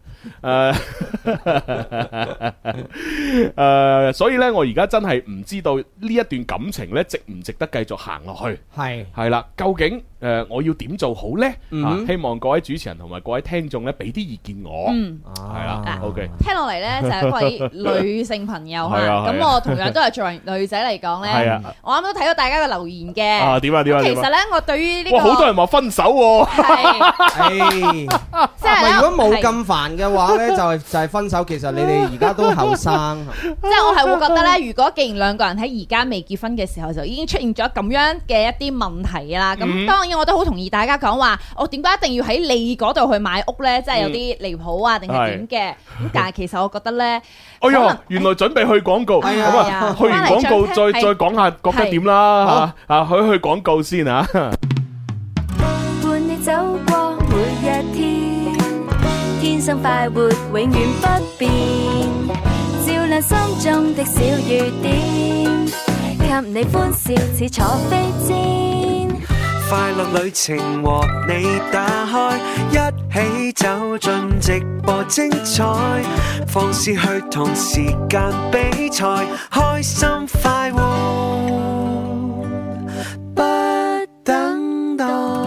呃 <laughs> 誒誒，呃所以呢，我而家真係唔知道呢一段感情呢，值唔值得繼續行落去。
係
係啦，究竟誒、呃我要點做好呢？
嗯
啊，希望各位主持人同埋各位聽眾呢，俾啲意見我。
嗯
啊
係啦，OK。 <laughs>
聽落嚟咧就係一位女性朋友嚇，
係啊係啊
咁我同樣都係作為女仔嚟講
係
咧
啊，
我啱都睇到大家嘅留言嘅。
啊點啊點啊
咁其
點啊
實咧，我對於呢
哇，好多
個
<laughs> 人話分手喎。
係
唉，
即係咧
<laughs> 喂如果冇
係
咁煩嘅話咧，就係就係分手。其實你哋而家都後生，
即係我係會覺得咧，如果既然兩個人喺而家未結婚嘅時候就已經出現咗咁樣嘅一啲問題啦，咁、
嗯
當然我都好同意大家講話，我點解一定要喺你嗰度去買屋咧？即係有
嗯
啲離譜啊，定係點嘅？咁但係其實我覺得咧，
哎呀，原來準備去廣告，
係啊
咁
係
啊
啊，
去完廣告
翻嚟再聽
再
係
再講下覺得點啦嚇啊，去去廣告先啊。
伴你走過每一天，天生快活永遠不變，照亮心中的小雨點，給你歡笑似坐飛氈。
快樂旅程和你打開，一起走進直播精彩，放肆去同時間比賽，開心快活，不等待。
<laughs>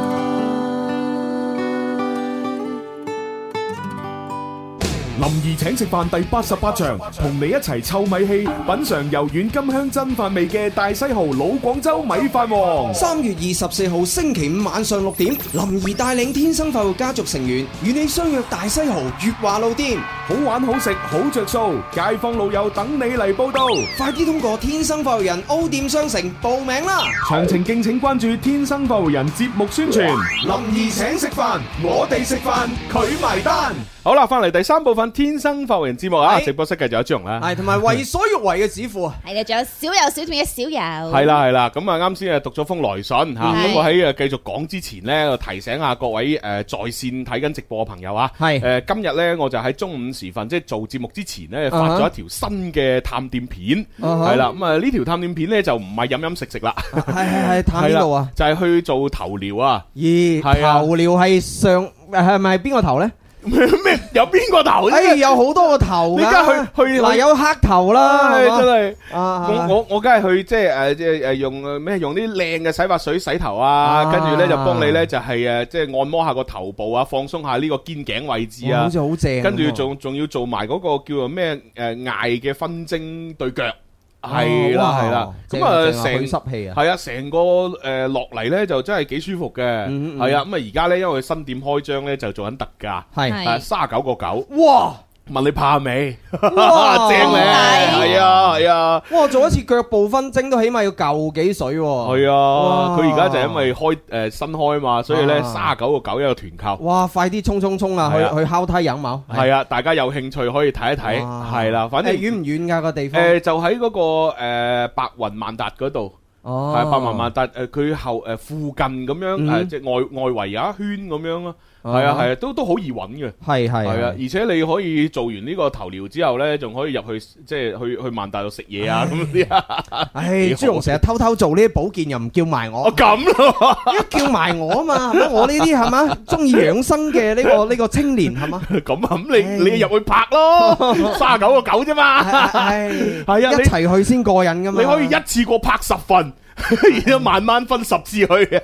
林兒請食飯第八十八場，同你一齊臭米氣，品嚐柔軟金香真飯味嘅大西豪老廣州米飯王。
三月二十四號星期五晚上六點，林怡帶領天生快活家族成員與你相約大西豪月華路店，
好玩好食好着數，街坊老友等你嚟報到，
快啲通過天生快活人 O 店商城報名啦！
詳情敬請關注《天生快活人》節目宣傳。
林兒請食飯，我哋食飯，佢埋單。
好啦，翻嚟第三部分《天生發人》節目啊，直播室繼續有朱紅啊啦，
係同埋為所欲為嘅指
<laughs>
父。
係啦，仲有小有小段嘅小友，
系啦系啦，咁啊啱先啊讀咗封來信吓，咁
係
我喺啊繼續講之前呢，我提醒下各位诶在線睇緊直播嘅朋友啊，
係
诶今日呢，我就喺中午時分，即係做節目之前
Uh-huh
呢，發咗
啊哈
一條新嘅探店片，
啊哈
係啦，咁啊呢條探店片呢，就唔係飲飲食食啦，
係係係探邊度啊？
係啦就係去做頭療啊， <laughs>
咦，
係啊
頭療係上係咪邊個頭咧？
咩有邊個頭啫
哎，有好多個頭㗎
你而家去去
嗱，有黑頭啦，
唉
係嘛
真係
啊
我我我梗係去即係誒即係誒用誒咩用啲靚嘅洗髮水洗頭啊，
啊
跟住咧就幫你咧就係誒即係按摩下個頭部啊，放鬆下呢個肩頸位置
哇
啊，
好似好正
跟住
喎
仲仲要做埋嗰個叫做咩誒艾嘅分蒸對腳。係啦
哇
係啦，
正
咁
啊
啊
正啊
成
去濕氣啊
係啊成個誒落嚟咧就真係幾舒服嘅，
嗯
係啊咁啊而家咧因為新店開張咧就做緊特價，
係
啊三十九個九，
哇！
問你怕未？正 <laughs>
哇
咧，
咁抵
係啊係啊。
哇！做一次腳部分蒸都起碼要嚿幾水喎。
係啊，
哦哇
佢而家就因為開誒、呃新開嘛，所以咧三
啊
十九個九一個團購。
哇！快啲衝衝衝啊！去
係啊
去烤梯飲冇？
係啊，大家有興趣可以睇一睇，係啦，反正
誒遠唔遠㗎個地方？
誒就喺嗰、個、呃、白雲萬達嗰度。
哦
係白雲萬達誒，佢後誒附近咁樣
嗯
誒，即係外外圍有一圈咁樣咯，係啊
啊
係啊，都都好易揾嘅，
係係
係啊，
係
而且你可以做完呢個頭療之後咧，仲可以入去即係去去萬達度食嘢啊咁啲
哦
啊，
唉，朱紅成日偷偷做呢啲保健又唔叫
<laughs>
埋我，
哦咁咯，
一叫埋我啊嘛，係咪我呢啲
<laughs>
係嘛，中意養生嘅呢個呢 <laughs> 個青年係嘛，
咁啊咁你你入去拍
<laughs>
咯，三十九個九啫嘛， <laughs> 係啊，
一
你
齊去先過癮㗎嘛。<laughs>
你可以一次過拍十份。然之後慢慢分十次去，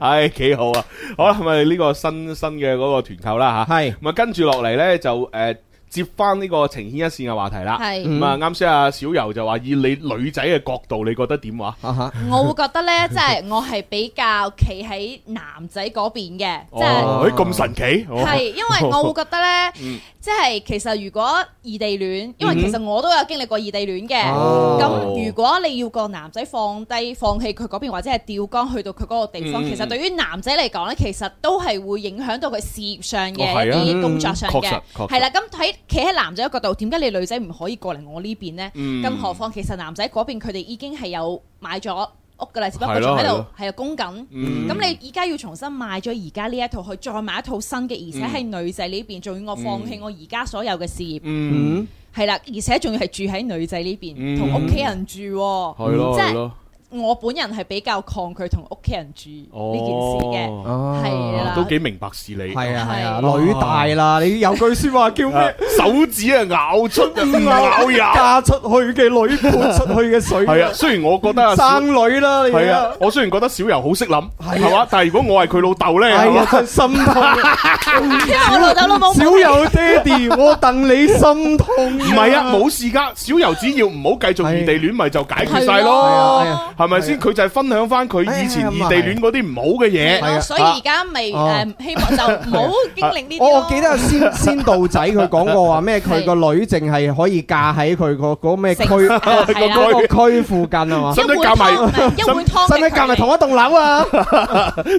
唉，幾好啊！好啦，咁咪呢個新新嘅嗰個團購啦吓，係咁啊，跟住落嚟呢，就誒接翻呢個情牽一線嘅話題啦，
係
咁啊，啱先阿小柔就話以你女仔嘅角度，你覺得點啊話？
我會覺得
<laughs>
咧，即係我係比較企喺男仔嗰邊嘅，即係。
哦，誒咁神奇，哦
係，因
<laughs>
為我會覺得咧，
嗯
即係其實如果異地戀，因為
嗯
其實我都有經歷過異地戀嘅。
哦
咁如果你要個男仔放低、放棄佢嗰邊，或者係吊竿去到佢嗰個地方，
嗯
其實對於男仔嚟講咧，其實都係會影響到佢事業上
哦
嘅
係啊
一啲工作上
嗯確
嘅
實。確實
係啦，咁喺企喺男仔嘅角度，點解你女仔唔可以過嚟我呢邊呢？
嗯
更何況其實男仔嗰邊佢哋已經係有買咗屋㗎啦，只不過
係咯
仲喺
係
度
咯
係啊供緊。
嗯
咁你而家要重新買咗而家呢一套，去再買一套新嘅，而且係女仔呢邊，仲要我放棄我而家所有嘅事業。
嗯，
係啦，而且仲要係住喺女仔呢邊，
嗯
同屋企人住喎。
係咯
即
係
係
咯，
我本人係比較抗拒同屋企人住呢件事嘅。
哦
係啦
都幾明白事理，
係啊係啊，女大啦，你有句説話叫咩？
手指啊咬出 <laughs> 啊唔咬也。
嫁出去嘅女潑出去嘅水。 <laughs>
係啊，雖然我覺得啊
生女啦，你
係啊
啊，，
我雖然覺得小柔好識諗，係嘛，但係如果我係佢老豆咧，
哎
係
呀
嘛
真係心痛啊。
我老豆老母冇
小有爹哋，我戥你心痛。
唔係啊，冇事噶，小柔只要唔好繼續異地戀，咪就解決晒
係
咯
啊，
係係咪先？佢就係分享翻佢以前異地戀嗰啲唔好嘅嘢。
係咯所以而家咪
啊
誒希望就唔好經歷呢啲
我
咯
哦我記得有
<laughs>
仙仙道仔佢講過話咩？佢個女淨係可以嫁喺佢個嗰咩區
城
<laughs>
市啊係啦
嗰個區附近啊嘛？
使唔使嫁埋一碗
湯一碗湯
使唔使嫁埋同一棟樓
<laughs>
啊？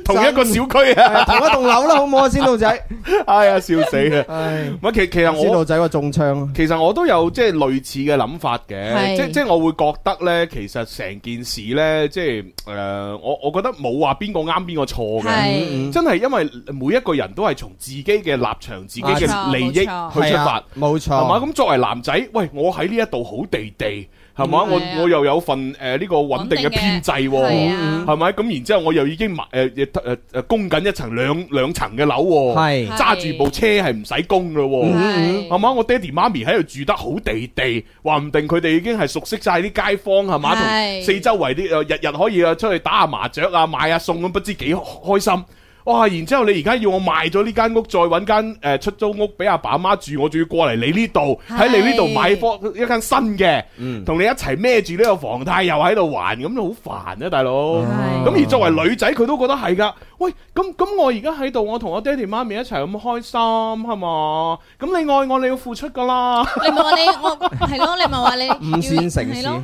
同一個小區
係
啊， <laughs>
同一棟樓啦，好唔好啊？仙道仔，
哎呀，笑死啊！
唉，
唔係其其實
仙
我
道仔個中槍。啊
其實我都有即係類似嘅諗法嘅，
係
即即我會覺得呢，其實成件事呢，即係誒、呃我我覺得冇話邊個啱邊個錯嘅，
係
真係因為每一個人都係從自己嘅立場、自己嘅利益去出
係
發
啊，冇
係嘛？
錯。
咁作為男仔，喂，我喺呢一度好地地。係嘛？
嗯
我
係啊
我又有份誒呢個穩定嘅編制
係
喎，
啊
係咪？咁然之後我又已經買誒誒誒誒供緊一層兩兩層嘅樓喎，
係
揸住部車係唔使供嘅喎。
嗯
係嘛？我爹哋媽咪喺度住得好地地，話唔定佢哋已經係熟悉晒啲街坊係嘛，同
係
四周圍啲誒日日可以啊出去打下麻雀啊，買下餸咁，不知幾開心。哇！然之後你而家要我賣咗呢間屋，再揾間誒出租屋俾阿爸阿媽住，我仲要過嚟你呢度，喺你呢度買房一間新嘅，
嗯
同你一齊孭住呢個房貸又喺度還，咁好煩啊，大佬。咁而作為女仔，佢都覺得係㗎。喂，咁咁我而家喺度，我同我爹哋媽咪一齊咁開心，係嘛？咁你愛我，你要付出㗎啦。 <laughs>
你咪話你我係咯，你咪話你
五線城
係
市
咯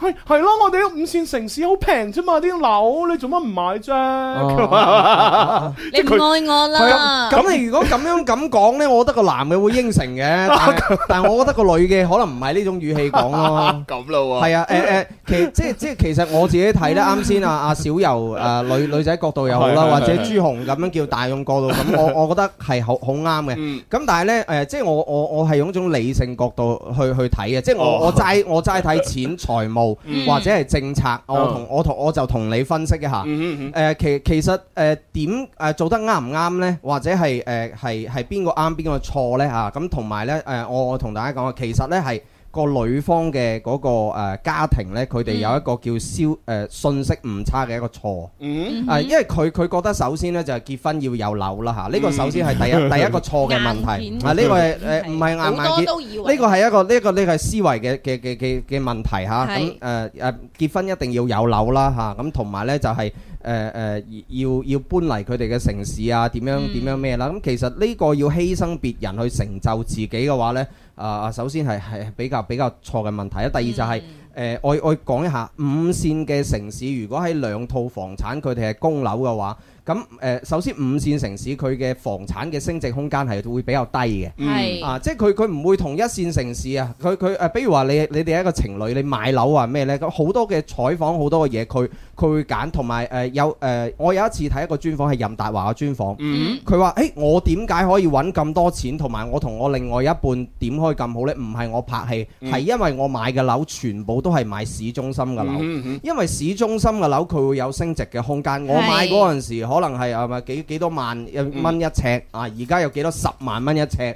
係係咯，我哋啲五線城市好平啫嘛，啲樓你做乜唔買
哦
啫？
你唔愛我啦，
咁你如果咁樣咁講呢，我覺得個男嘅會應承嘅，但係
<laughs>
但係我覺得個女嘅可能唔係呢種語氣講咯。
<laughs> 咁咯喎，
係啊，誒誒，其即即其實我自己睇
<laughs>
咧，啱先啊阿小柔誒女女仔角度又好啦，
係係
或者
係
朱紅咁樣叫大勇角度，咁我我覺得係好好啱
嗯
嘅。
嗯
咁但係咧誒，即我我我係用一種理性角度去去睇嘅，即
哦
我我齋我齋睇錢財務
<laughs> 嗯
或者係政策，我
嗯
同我同我就同你分析一下。
嗯
誒呃其其實誒呃點誒做得啱唔啱呢？或者係誒係係邊個啱邊個錯呢？嚇？咁同埋呢，誒，我我同大家講啊，其實呢係個女方嘅嗰個誒家庭呢，佢哋有一個叫消誒呃信息誤差嘅一個錯。
嗯
誒，因為佢佢覺得首先呢，就係結婚要有樓啦嚇，呢個
嗯
首先係第一第一個錯嘅問
硬
題
件
啊，呢個係誒唔係
好
硬
多
硬件，
都以為
呢個係一個呢一個呢個係思維嘅嘅嘅嘅嘅問題嚇，
係
咁誒誒結婚一定要有樓啦嚇，咁同埋呢就係誒誒要要搬嚟佢哋嘅城市啊，點樣點樣咩啦，咁其實呢個要犧牲別人去成就自己嘅話呢，啊首先係係比較比較錯嘅問題啊啦，第二就係。誒，我我講一下五線嘅城市，如果喺兩套房產佢哋係供樓嘅話，咁誒、首先五線城市佢嘅房產嘅升值空間係會比較低嘅，
係
啊，即係佢佢唔會同一線城市啊，佢佢誒，比如話你你哋係一個情侶，你買樓啊咩呢？咁好多嘅採訪好多嘅嘢，佢佢會揀，同埋誒有誒、呃我有一次睇一個專訪係任達華嘅專訪，
嗯
嗯
佢話誒我點解可以揾咁多錢，同埋我同我另外一半點可以咁好呢？唔係我拍戲，
嗯
係因為我買嘅樓全部都係買市中心嘅樓，
嗯嗯
因為市中心嘅樓佢會有升值嘅空間。我買嗰陣時可能係係咪幾幾多萬呃
嗯
蚊一尺啊？而家有幾多十萬蚊一尺？
係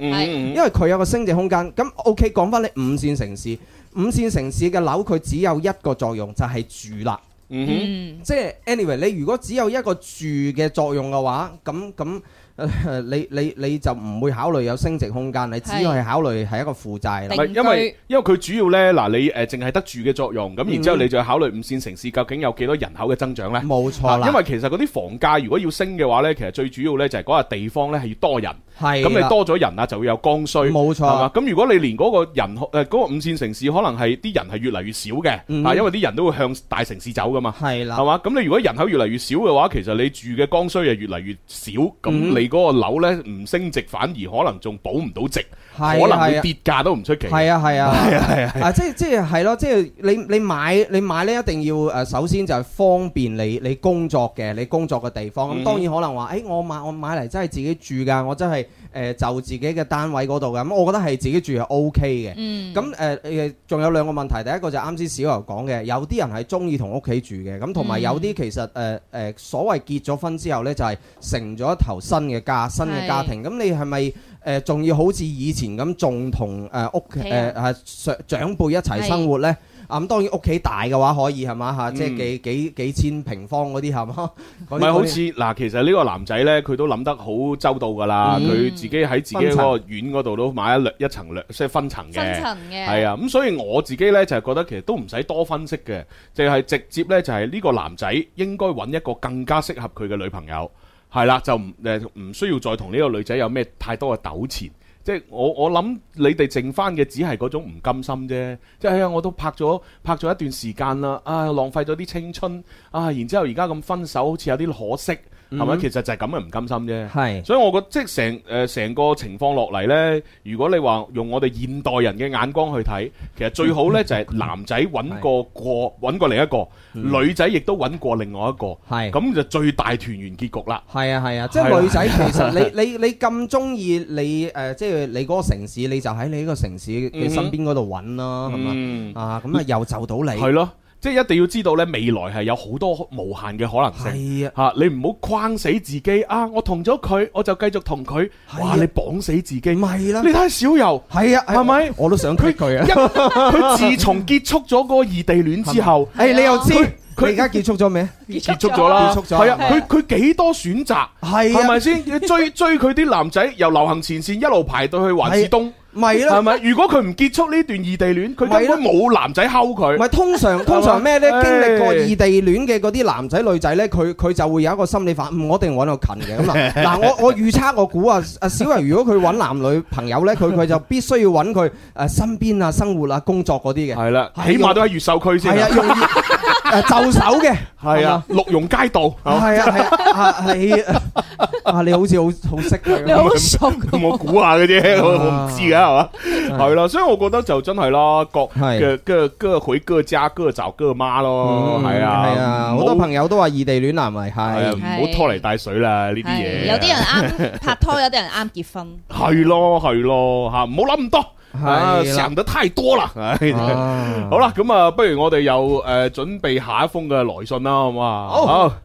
因
嗯
為佢有個升值空間。咁 OK，講翻你五線城市，五線城市嘅樓佢只有一個作用就係住啦。
嗯
Ừ,
哼
即係 anyway，你如果只有一個住嘅作用嘅話，咁咁。 <laughs> 呃你你你就唔會考慮有升值空間，你只要係考慮係一個負債啦。
唔係因為因為佢主要呢，嗱你誒淨係得住嘅作用，咁然之後
嗯
你就要考慮五線城市究竟有幾多人口嘅增長呢？啊
冇錯啦
因為其實嗰啲房價如果要升嘅話呢，其實最主要呢就係嗰個地方呢係要多人，
係
咁你
啦
多咗人啊就會有剛需，冇
錯
嘛？咁如果你連嗰個人誒嗰個五線城市可能係啲人係越嚟越少嘅，
嗯
啊因為啲人都會向大城市走噶嘛，
係啦
係嘛？咁你如果人口越嚟越少嘅話，其實你住嘅剛需係越嚟越少，咁
嗯
你嗰個樓呢唔升值，反而可能仲保唔到值，
係
可能
係
會
啊
跌價都唔出奇。
係啊係啊
係啊 <laughs> 係啊係啊
啊！即係即係係咯，即係你你買你買咧，一定要誒首先就係方便你你工作嘅你工作嘅地方。咁
嗯
當然可能話，誒我買我買嚟真係自己住㗎，我真係誒就自己嘅單位嗰度㗎。咁我覺得係自己住係 O K
ừ.
嘅。
嗯
咁誒誒，仲有兩個問題，第一個就係啱先小牛講嘅，有啲人係中意同屋企住嘅，咁同埋
嗯
有啲其實呃誒誒所謂結咗婚之後呢，就係成咗一頭新嘅家、新嘅家庭。咁你係咪誒誒仲要好似以前咁，仲同呃誒屋企
屋企
啊
人
誒係上長輩一齊生活咧。啊咁當然屋企大嘅話可以係嘛嚇，即係
嗯
幾幾幾千平方嗰啲係嘛，
唔
唔
係好似嗱，其實呢個男仔呢，佢都諗得好周到㗎啦。
嗯
佢自己喺自己嗰個院嗰度都買一兩一層兩，即係分層嘅。
分層嘅
係啊，咁所以我自己呢，就係覺得其實都唔使多分析嘅，就係直接呢，就係呢個男仔應該揾一個更加適合佢嘅女朋友。係啦，就唔誒唔需要再同呢個女仔有咩太多嘅糾纏。即係我我諗你哋剩翻嘅只係嗰種唔甘心啫，即係哎呀我都拍咗拍咗一段時間啦，啊浪費咗啲青春啊，然之後而家咁分手，好似有啲可惜，係咪、
嗯
其實就係咁嘅唔甘心啫。
係
所以我覺得即係成誒成個情況落嚟呢，如果你話用我哋現代人嘅眼光去睇，其實最好呢就係男仔揾個過揾過另一個，女仔亦都揾過另外一個，咁就最大團圓結局啦。
係啊係啊，即係女仔其實你你你咁中意你誒，即係你嗰個城市，你就喺你呢個城市嘅身邊嗰度揾啦，係
嗯
嘛啊咁啊又就到你
係咯。即係一定要知道咧，未來係有好多無限嘅可能性。嚇、你唔好框死自己啊！我同咗佢，我就繼續同佢。哇！你綁死自己，咪
啦！
你睇下小遊，
係啊，
係咪？
我都想佢佢
一
啊！
佢自從結束咗嗰個異地戀之
<laughs>
後，
誒你又知
佢
佢而家結束咗未？
結束咗啦，
結束咗
係啊！
係啊
佢佢幾多選擇？
係啊
係咪先？你追追佢啲男仔，由流行前線一路排到去環市東，
咪啦
係咪？如果佢唔結束呢段異地戀，佢根
咪啦
本冇男仔溝佢。
咪通常通常咩咧？
係嘛
經歷過
唉
異地戀嘅嗰啲男仔女仔咧，佢佢就會有一個心理反應，嗯我一定揾個近嘅咁
<laughs>
嗱。嗱，我我預測我估啊，啊小人如果佢揾男女朋友咧，佢佢就必須要揾佢誒身邊啊、生活啊、工作嗰啲嘅。
係啦，
係
起碼都喺越秀區先。
係啊， <laughs> 容易誒就手嘅。
係啊，鹿茸街道。 <laughs>
係啊係啊啊，你 <laughs> 啊你好似好好識佢咁。
你好熟，我估下嘅啫，我我唔知噶係嘛，係啦，所以我覺得就真係啦，各嘅各各回各家，各找各媽咯，
Ừ,
係啊，
係啊，好多朋友都話異地戀難為
係啊
係
唔好拖泥帶水啦呢啲嘢。
係有啲人啱拍拖，有啲人啱結婚。
係咯，係咯，吓唔好諗咁多。
係
啊，
啦
想得太多啦！唉
啊
<laughs> 好啦，咁啊，不如我哋又诶準備下一封嘅來信啦，好唔好啊？好，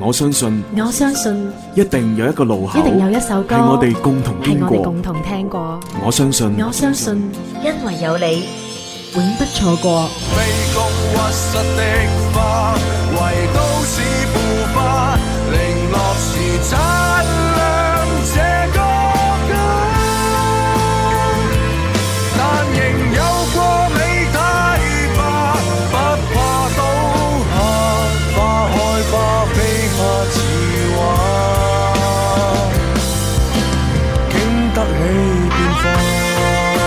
我相信
我相信
一定有一個路口，
一定有一首歌
係我哋共同
係
經
我哋
過
共。同聽過。
我相信，
我相信，因為有你，永不錯過。
卑躬屈膝的花，為都市腐化，零落時擦亮這個家。但仍有過美大吧，不怕刀下花開花飛花似畫，經得起變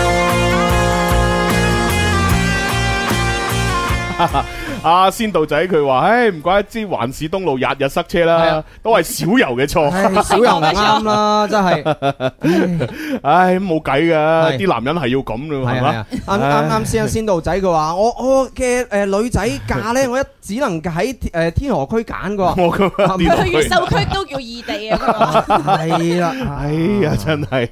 阿仙道仔佢話：，唉，唔怪得知環市東路日日塞車啦，都係啊小遊嘅錯
唉，小遊唔啱啦真
係，唉，冇計噶，
係
啲男人係要咁噶，係啊嘛？
啱啱啱先有仙道仔佢話：我我嘅誒女仔嫁咧，
<laughs>
我一只能喺誒天河區揀嘅喎。
我覺得
係咪
天河
佢越秀區都叫異地啊！
係啦，
哎呀，真係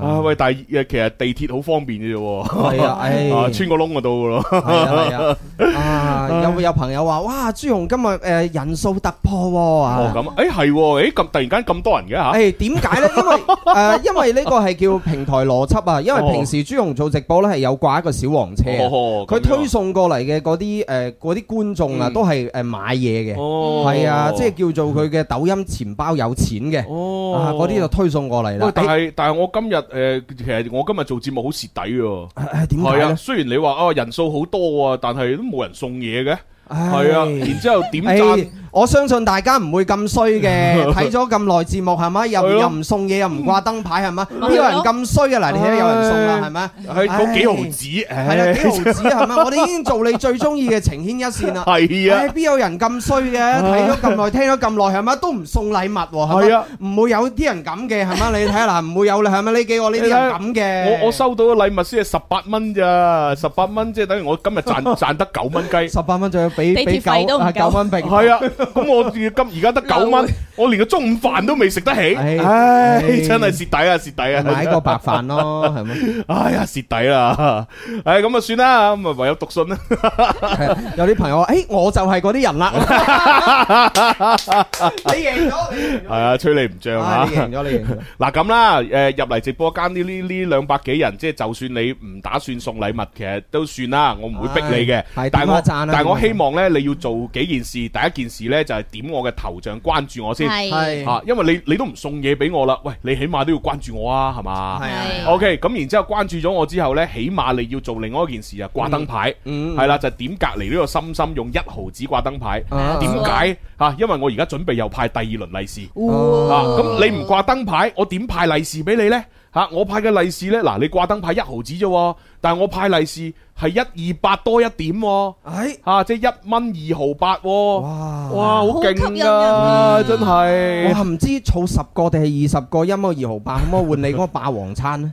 啊！喂，但係誒其實地鐵好方便嘅啫喎， <laughs>
係啊唉
啊穿個窿就到噶咯，
係啊
<laughs>
啊有有朋友話：哇，朱紅今日誒人數突破喎
<laughs> 哦
啊！哎
咁，誒啊係喎，誒咁突然間咁多人嘅嚇，
誒點解咧？
<laughs>
因為誒，因為呢個係叫平台邏輯
哦
啊。因為平時朱紅做直播咧係有掛一個小黃車啊，
哦咁
佢
樣
推送過嚟嘅嗰啲誒嗰啲觀眾啊，
嗯
都係誒買嘢嘅，
哦
係啊，即係叫做佢嘅抖音錢包有錢嘅，啊嗰啲就推送過嚟啦哎
哦喂，。但係但係我今日誒，其實我今日做節目好蝕底喎。 <laughs>
誒點解
係啊，
咧？
雖然你話啊人數好多啊，但係都冇人送嘢嘅。
唉
係啊，然之後點讚
誒，我相信大家唔會咁衰
<laughs>
嘅，睇咗咁耐節目係咪？
係
又
咯
又唔送嘢，又唔掛燈牌係咪？
咯
呢個人咁衰嘅，嗱你睇下有人送啦
唉
係咪？
係嗰幾毫紙，
係啦，幾
啊
毫紙
<laughs>
係咪？我哋已經做你最中意嘅情牽一線啦。
係啊
唉邊有人咁衰嘅？睇咗咁耐，聽咗咁耐係咪？都唔送禮物喎，係咪
係啊，
唔會有啲人咁嘅係咪？你睇下嗱，唔會有啦係咪？呢幾個呢啲人咁嘅。
我我收到嘅禮物先係十八蚊咋，
<laughs>
十八蚊即係等於我今日賺賺得九蚊雞。
十八蚊仲要俾
地鐵
俾九
費都唔
啊
夠
九蚊幣，
係啊，咁我今而家得九蚊，我連個中午飯都未食得起，
唉
唉，
唉
真 <laughs> 係蝕底啊，蝕底啊！
買
<laughs>
個白飯咯係
咪？哎呀，蝕底啦！唉，咁啊算啦，咁啊唯有讀
<laughs>
信啦。
<laughs> 有啲朋友話：，誒，我就係嗰啲
<laughs>
人啦。 <laughs>
你
贏咗，
係啊，吹你唔漲啊
啊！你贏咗你贏咗
嗱咁啦，誒入嚟直播間呢呢呢兩百幾人，即係就算你唔打算送禮物，其實都算啦，我唔會逼你嘅。
唉係點
但係
下
我
讚啊
但係我
點
希望咧，你要做幾件事。第一件事咧就係點我嘅頭像，關注我先。
係係
啊，因為你你都唔送嘢俾我啦，喂，你起碼都要關注我啊，係嘛？
係啊係
O K，咁然之後關注咗我之後咧，起碼你要做另外一件事啊，掛燈牌。
嗯嗯
係啦，就點隔離呢個心心用一毫子掛燈牌。
啊
點解嚇？因為我而家準備又派第二輪利是。
哇
啊，咁你唔掛燈牌，我點派利是俾你呢？嚇，我派嘅利是呢，嗱，你掛燈牌一毫子啫喎，但係我派利是係一二八多一點喎。嚇，即係一蚊二毫八喎。哇！哇，好勁㗎，真係。
哇，唔知儲十個定係二十個，一蚊二毫八，可唔可以換你嗰個霸王餐咧？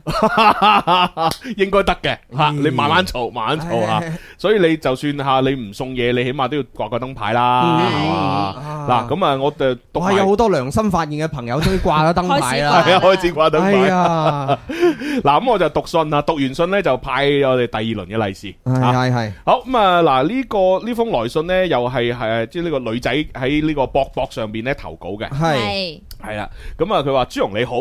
應該得嘅嚇，
嗯
你慢慢嘈，慢慢嘈嚇。所以你就算嚇你唔送嘢，你起碼都要掛個燈牌啦，
嗯
係嘛？嗱，咁啊，我誒讀
哇，
埋
有好多良心發現嘅朋友終於掛咗燈牌啦，
係啊， <laughs> 開始掛燈
哎呀
牌。嗱，咁我就讀信啊啦，讀完信咧就派我哋第二輪嘅利是。
係
啊
係係。
好咁啊，嗱呢個呢封來信咧，又係係即係呢個女仔喺呢個博博上邊咧投稿嘅。
係
係啦，咁啊，佢話朱紅你好，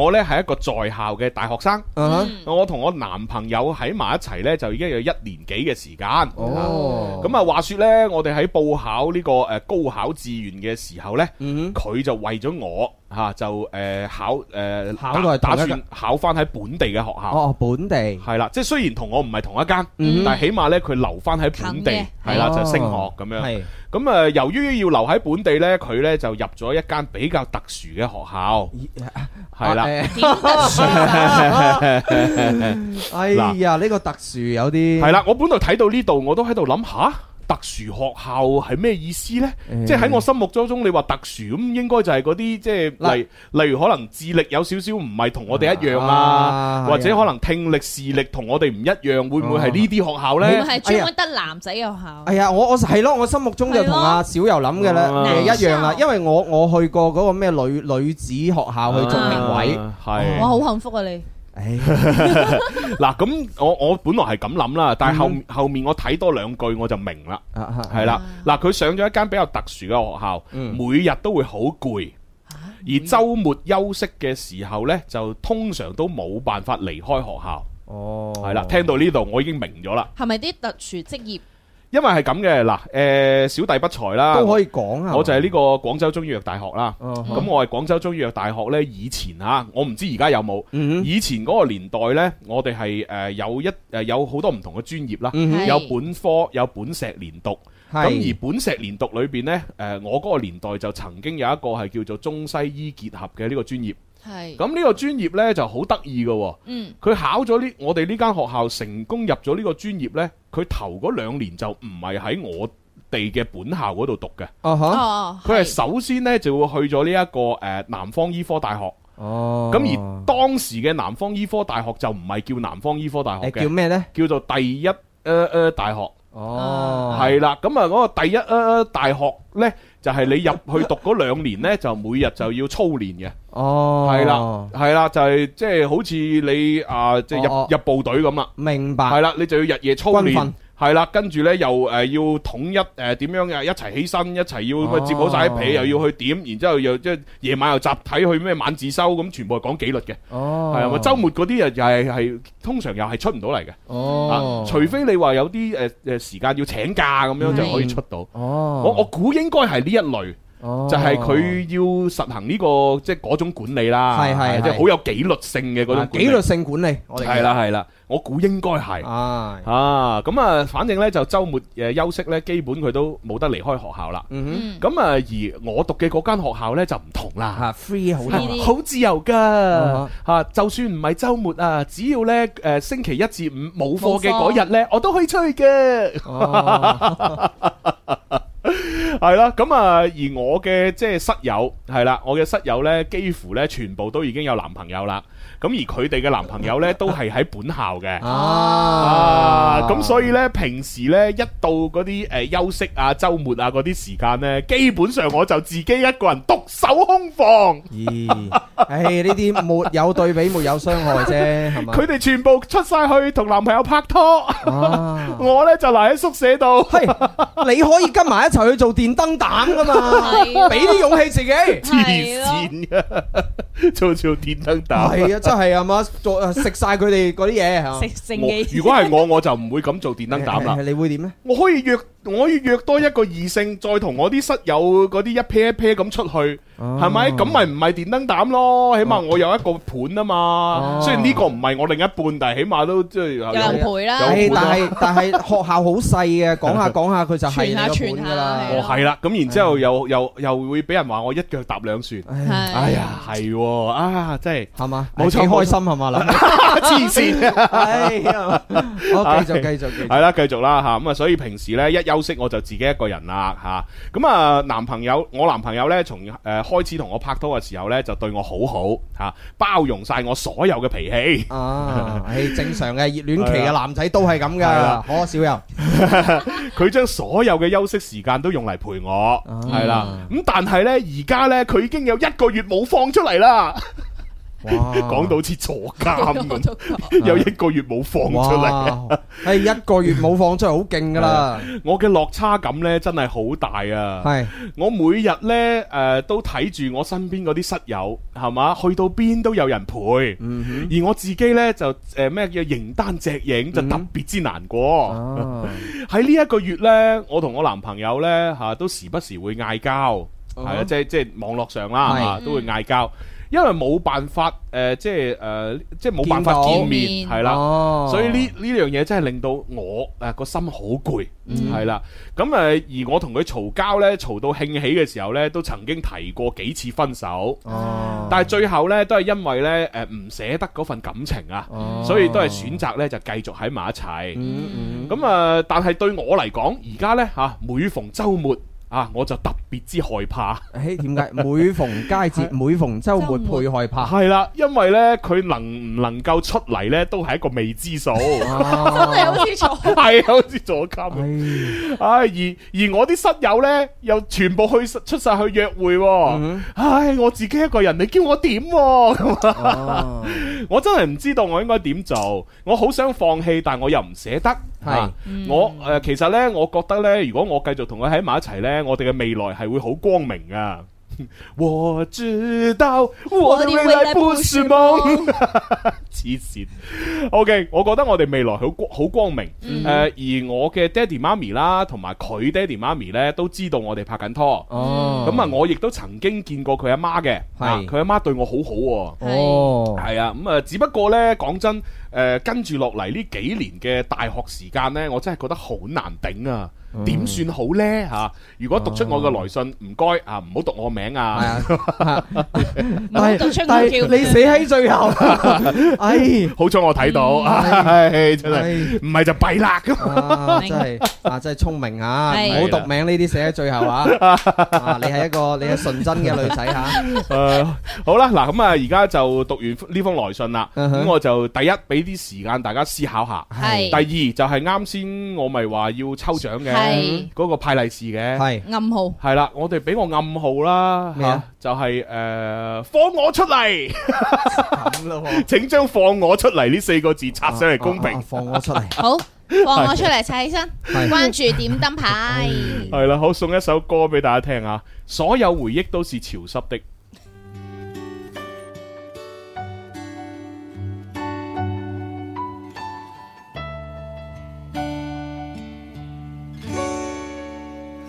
我呢係一個在校嘅大學生，
嗯
我同我男朋友喺埋一齊呢，就已經有一年幾嘅時間。
哦
咁啊，話說呢，我哋喺報考呢個誒高考志願嘅時候呢，
嗯
佢就為咗我吓就誒考誒
考到係
打打
同一
算
間
考翻喺本地嘅學校。
哦，本地
係啦，即係雖然同我唔係同一間，
嗯
但係起碼咧佢留翻喺本地
近嘅，
係啦
哦
就升學咁樣
係。
咁啊，由於要留喺本地咧，佢咧就入咗一間比較特殊嘅學校，係啦。
啊誒哎
嗱
呀，呢個特殊有啲
係啦，我本來睇到呢度，我都喺度諗下特殊學校係咩意思呢？
嗯
即係喺我心目當中，你話特殊咁，應該就係嗰啲即係
嗱
例例如可能智力有少少唔係同我哋一樣啊，
啊
或者
係啊啊
可能聽力、視力同我哋唔一樣，會唔會係呢啲學校
會唔
呢？
會係專門得男仔嘅學校？
哎呀，我我係咯，我心目中就同阿小柔諗嘅咧
係咯
誒一樣啦，因為我我去過嗰個咩女女子學校去做評委，哦
係
哇，好幸福啊你！
<laughs> 嗱，咁我我本來係咁諗啦，但係後後面我睇多兩句我就明啦，
à,
係啦，嗱，佢上咗一間比較特殊嘅學校，每日都會好攰。而周末休息嘅時候呢，就通常都冇辦法離開學校。
哦，
係啦，聽到呢度我已經明
<laughs>
咗啦，
係咪啲特殊職業？
因為係咁嘅嗱，誒、小弟不才啦，
都可以講啊
我就係呢個廣州中醫藥大學啦。
哦
咁我係廣州中醫藥大學呢，以前啊，我唔知而家有冇。
嗯
以前嗰個年代呢，我哋係誒有一誒有好多唔同嘅專業啦，
嗯哼
有本科，有本碩連讀。
係
咁而本碩連讀裏邊呢，誒我嗰個年代就曾經有一個係叫做中西醫結合嘅呢個專業。
係
咁呢個專業呢，就好得意嘅喎。
嗯，
佢考咗呢，我哋呢間學校成功入咗呢個專業呢，佢頭嗰兩年就唔係喺我哋嘅本校嗰度讀嘅。
啊哈，
哦，
佢係首先呢就會去咗呢一個誒、呃南方醫科大學。
哦，
咁而當時嘅南方醫科大學就唔係叫南方醫科大學嘅，
誒叫咩呢？
叫做第一誒誒、呃呃大學。
哦，
係啦，咁啊嗰個第一誒、呃大學呢，就係、你入去讀嗰兩年呢，就每日就要操練嘅。
哦，
係啦，係啦，就係即係好似你啊，即係入
哦
入部隊咁啦。啊
明白，
係啦，你就要日夜操
啊軍
練
訓。
係啦，跟住呢又誒要統一誒點樣呃嘅，一齊起身，一齊要
哦
咩接好晒啲被，又要去點，然之後又即係夜晚又集體去咩晚自修，咁全部係講紀律嘅。
哦，
係啊，咪週末嗰啲又又係係通常又係出唔到嚟嘅。
哦嗯
啊除非你話有啲誒誒時間要請假咁樣就可以出到。
哦，
我我估應該係呢一類。
哦
就係佢要實行呢、個即係嗰種管理啦，
係係
即係
係
好有紀律性嘅嗰種
啊紀律性管理，我哋
係啦係啦，我估應該係
啊
啊咁啊，反正呢，就週末誒休息呢，基本佢都冇得離開學校啦。
嗯
咁啊，而我讀嘅嗰間學校呢，就唔同啦
，free 好多
<laughs> 好自由噶嚇，就算唔係週末啊，只要呢誒星期一至五冇課嘅嗰日呢，我都可以出去嘅。 <laughs> 係啦，咁啊，而我嘅即係室友係啦，我嘅室友呢，幾乎呢，全部都已經有男朋友啦。咁而佢哋嘅男朋友呢，都係喺本校嘅。
啊
啊咁所以呢，平時呢，一到嗰啲诶休息啊、周末啊嗰啲時間呢，基本上我就自己一個人獨守空房。 <laughs>
唉，呢啲沒有對比，沒有傷害啫，係嘛？
佢哋全部出晒去同男朋友拍拖， <laughs> 我呢就留喺宿舍度。
你可以跟埋一齊去做電燈膽㗎嘛，
係啊。 <laughs>
俾啲勇氣自己。
黐線嘅， <laughs> 做做電燈膽。
係啊，真係啊嘛，做-食晒佢哋嗰啲嘢，係嘛？
我如
<laughs>
果係我，我就唔會咁做電燈膽啦。
你會點呢？
我可以約，我可以約多一個異性，再同我啲室友嗰啲一 pair 一 pair 咁出去，係咪？咁咪唔係電燈膽咯？起碼我有一個伴啊嘛。雖然呢個唔係我另一半，但係起碼都即係有有
唉，
伴啦
但係-
<laughs>
但係學校好細嘅，講下講下佢就係
傳下
你個
傳
本㗎
下，
啦。
哦，係啦，咁然之後又又又會俾人話我一腳踏兩船，哎呀，係喎啊，真 <laughs> 係
係嘛，
冇錯，
幾開心
冇錯
係嘛
<laughs>
諗
黐線，
哎呀好繼續繼續 <laughs> 繼續
係啦，繼續啦嚇，咁啊，所以平時咧一休息我就自己一個人啦嚇，咁啊男朋友，我男朋友咧從誒開始同我拍拖嘅時候咧就對我好好嚇，包容晒我所有嘅
<laughs>
脾氣。
啊，唉，正常嘅熱戀期嘅 À, 男仔都係咁噶，可少
<laughs>
有。
佢將所有嘅休息時間都用嚟陪我，係啦。咁但係呢，而家呢，佢已經有一個月冇放出嚟啦。講到好似坐監
<laughs>
咁，有一個月冇放出嚟。
哇！唉，一個月冇放出嚟好勁噶啦，
我嘅落差感呢，真係好大啊！
係
我每日呢，诶、都睇住我身邊嗰啲室友，係嘛，去到邊都有人陪，
嗯
而我自己呢，就诶咩叫形單隻影，
嗯
就特別之難過。
啊
喺呢一個月呢，我同我男朋友呢，吓、都時不時會嗌交，係啊、
哦
即係即系网络上啦，
係
吓、都會嗌交。因為冇辦法誒、即係誒、即係冇辦
見
法
到
見面，係啦，
哦
所以呢呢樣嘢真係令到我誒個心好攰，係啦。咁誒而我同佢嘈交呢，嘈到興起嘅時候呢，都曾經提過幾次分手。
哦
但係最後呢，都係因為呢誒唔捨得嗰份感情啊，所以都係選擇呢就繼續喺埋一齊。咁啊，但係對我嚟講，而家呢，嚇每逢週末啊，我就特別之害怕。
唉，點解每逢佳節、每逢週末配害怕？
係啦，因為呢，佢能唔能夠出嚟呢，都係一個未知數。 <laughs> 係好似坐監咁。 <laughs> 唉，而而我啲室友呢，又全部去出晒去約會喎。唉，我自己一個人，你叫我點喎？咁啊 <laughs> 我真係唔知道我應該點做。我好想放棄，但我又唔捨得。
係
啊
嗯
我誒其實呢，我覺得呢，如果我繼續同佢喺埋一齊呢，我哋嘅未來係會好光明噶。 <laughs> 我知道我的未來不是夢。 <laughs> 黐線。OK，我覺得我哋未來好光好光明。誒、
嗯
而我嘅爹哋媽咪啦，同埋佢爹哋媽咪咧，都知道我哋拍緊拖。
哦
咁啊，我亦都曾經見過佢阿媽嘅。
係
啊佢阿媽對我好好、喎。
哦
係啊，咁啊，只不過呢，講真，誒、跟住落嚟呢幾年嘅大學時間呢，我真係覺得好難頂啊！
嗯
點算好呢？嚇、如果讀出我嘅來信，唔該啊，唔好讀我名啊！
但係但係你死喺最
<laughs>
後，唉，
好彩我睇到，唉，真係唔係就弊啦咁。
啊真係啊真係聰明啊！唔
係
好讀名呢啲寫喺最後啊！啊，你係一個你係純真嘅女仔嚇。
诶，呃好啦，嗱咁啊，而家就讀完呢封來信啦。咁我就第一俾啲時間大家思考下，
嗯係
第二就係啱先我咪話要抽獎嘅
係，
嗰個派利是嘅，
係
暗號。
係啦，我哋俾個暗號啦，
咩啊
嚇就係诶放我出嚟， <laughs>
咁咯，
請將放我出嚟呢四個字拆上嚟公
啊
平，
啊放我出嚟，
好，放我出嚟，砌起身
係，
關注點燈牌。
係啦，好送一首歌俾大家聽啊！所有回憶都是潮濕的。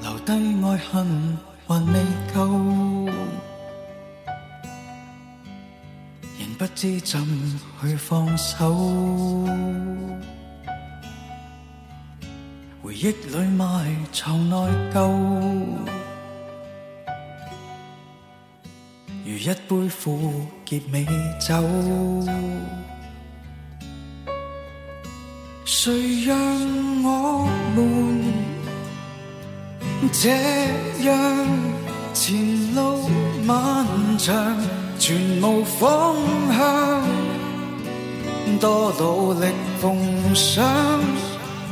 留低愛恨還未夠，仍不知怎去放手。回憶裏埋藏內疚，如一杯苦澀美酒。誰讓我們？這樣前路漫長，全無方向，
多努力奉上，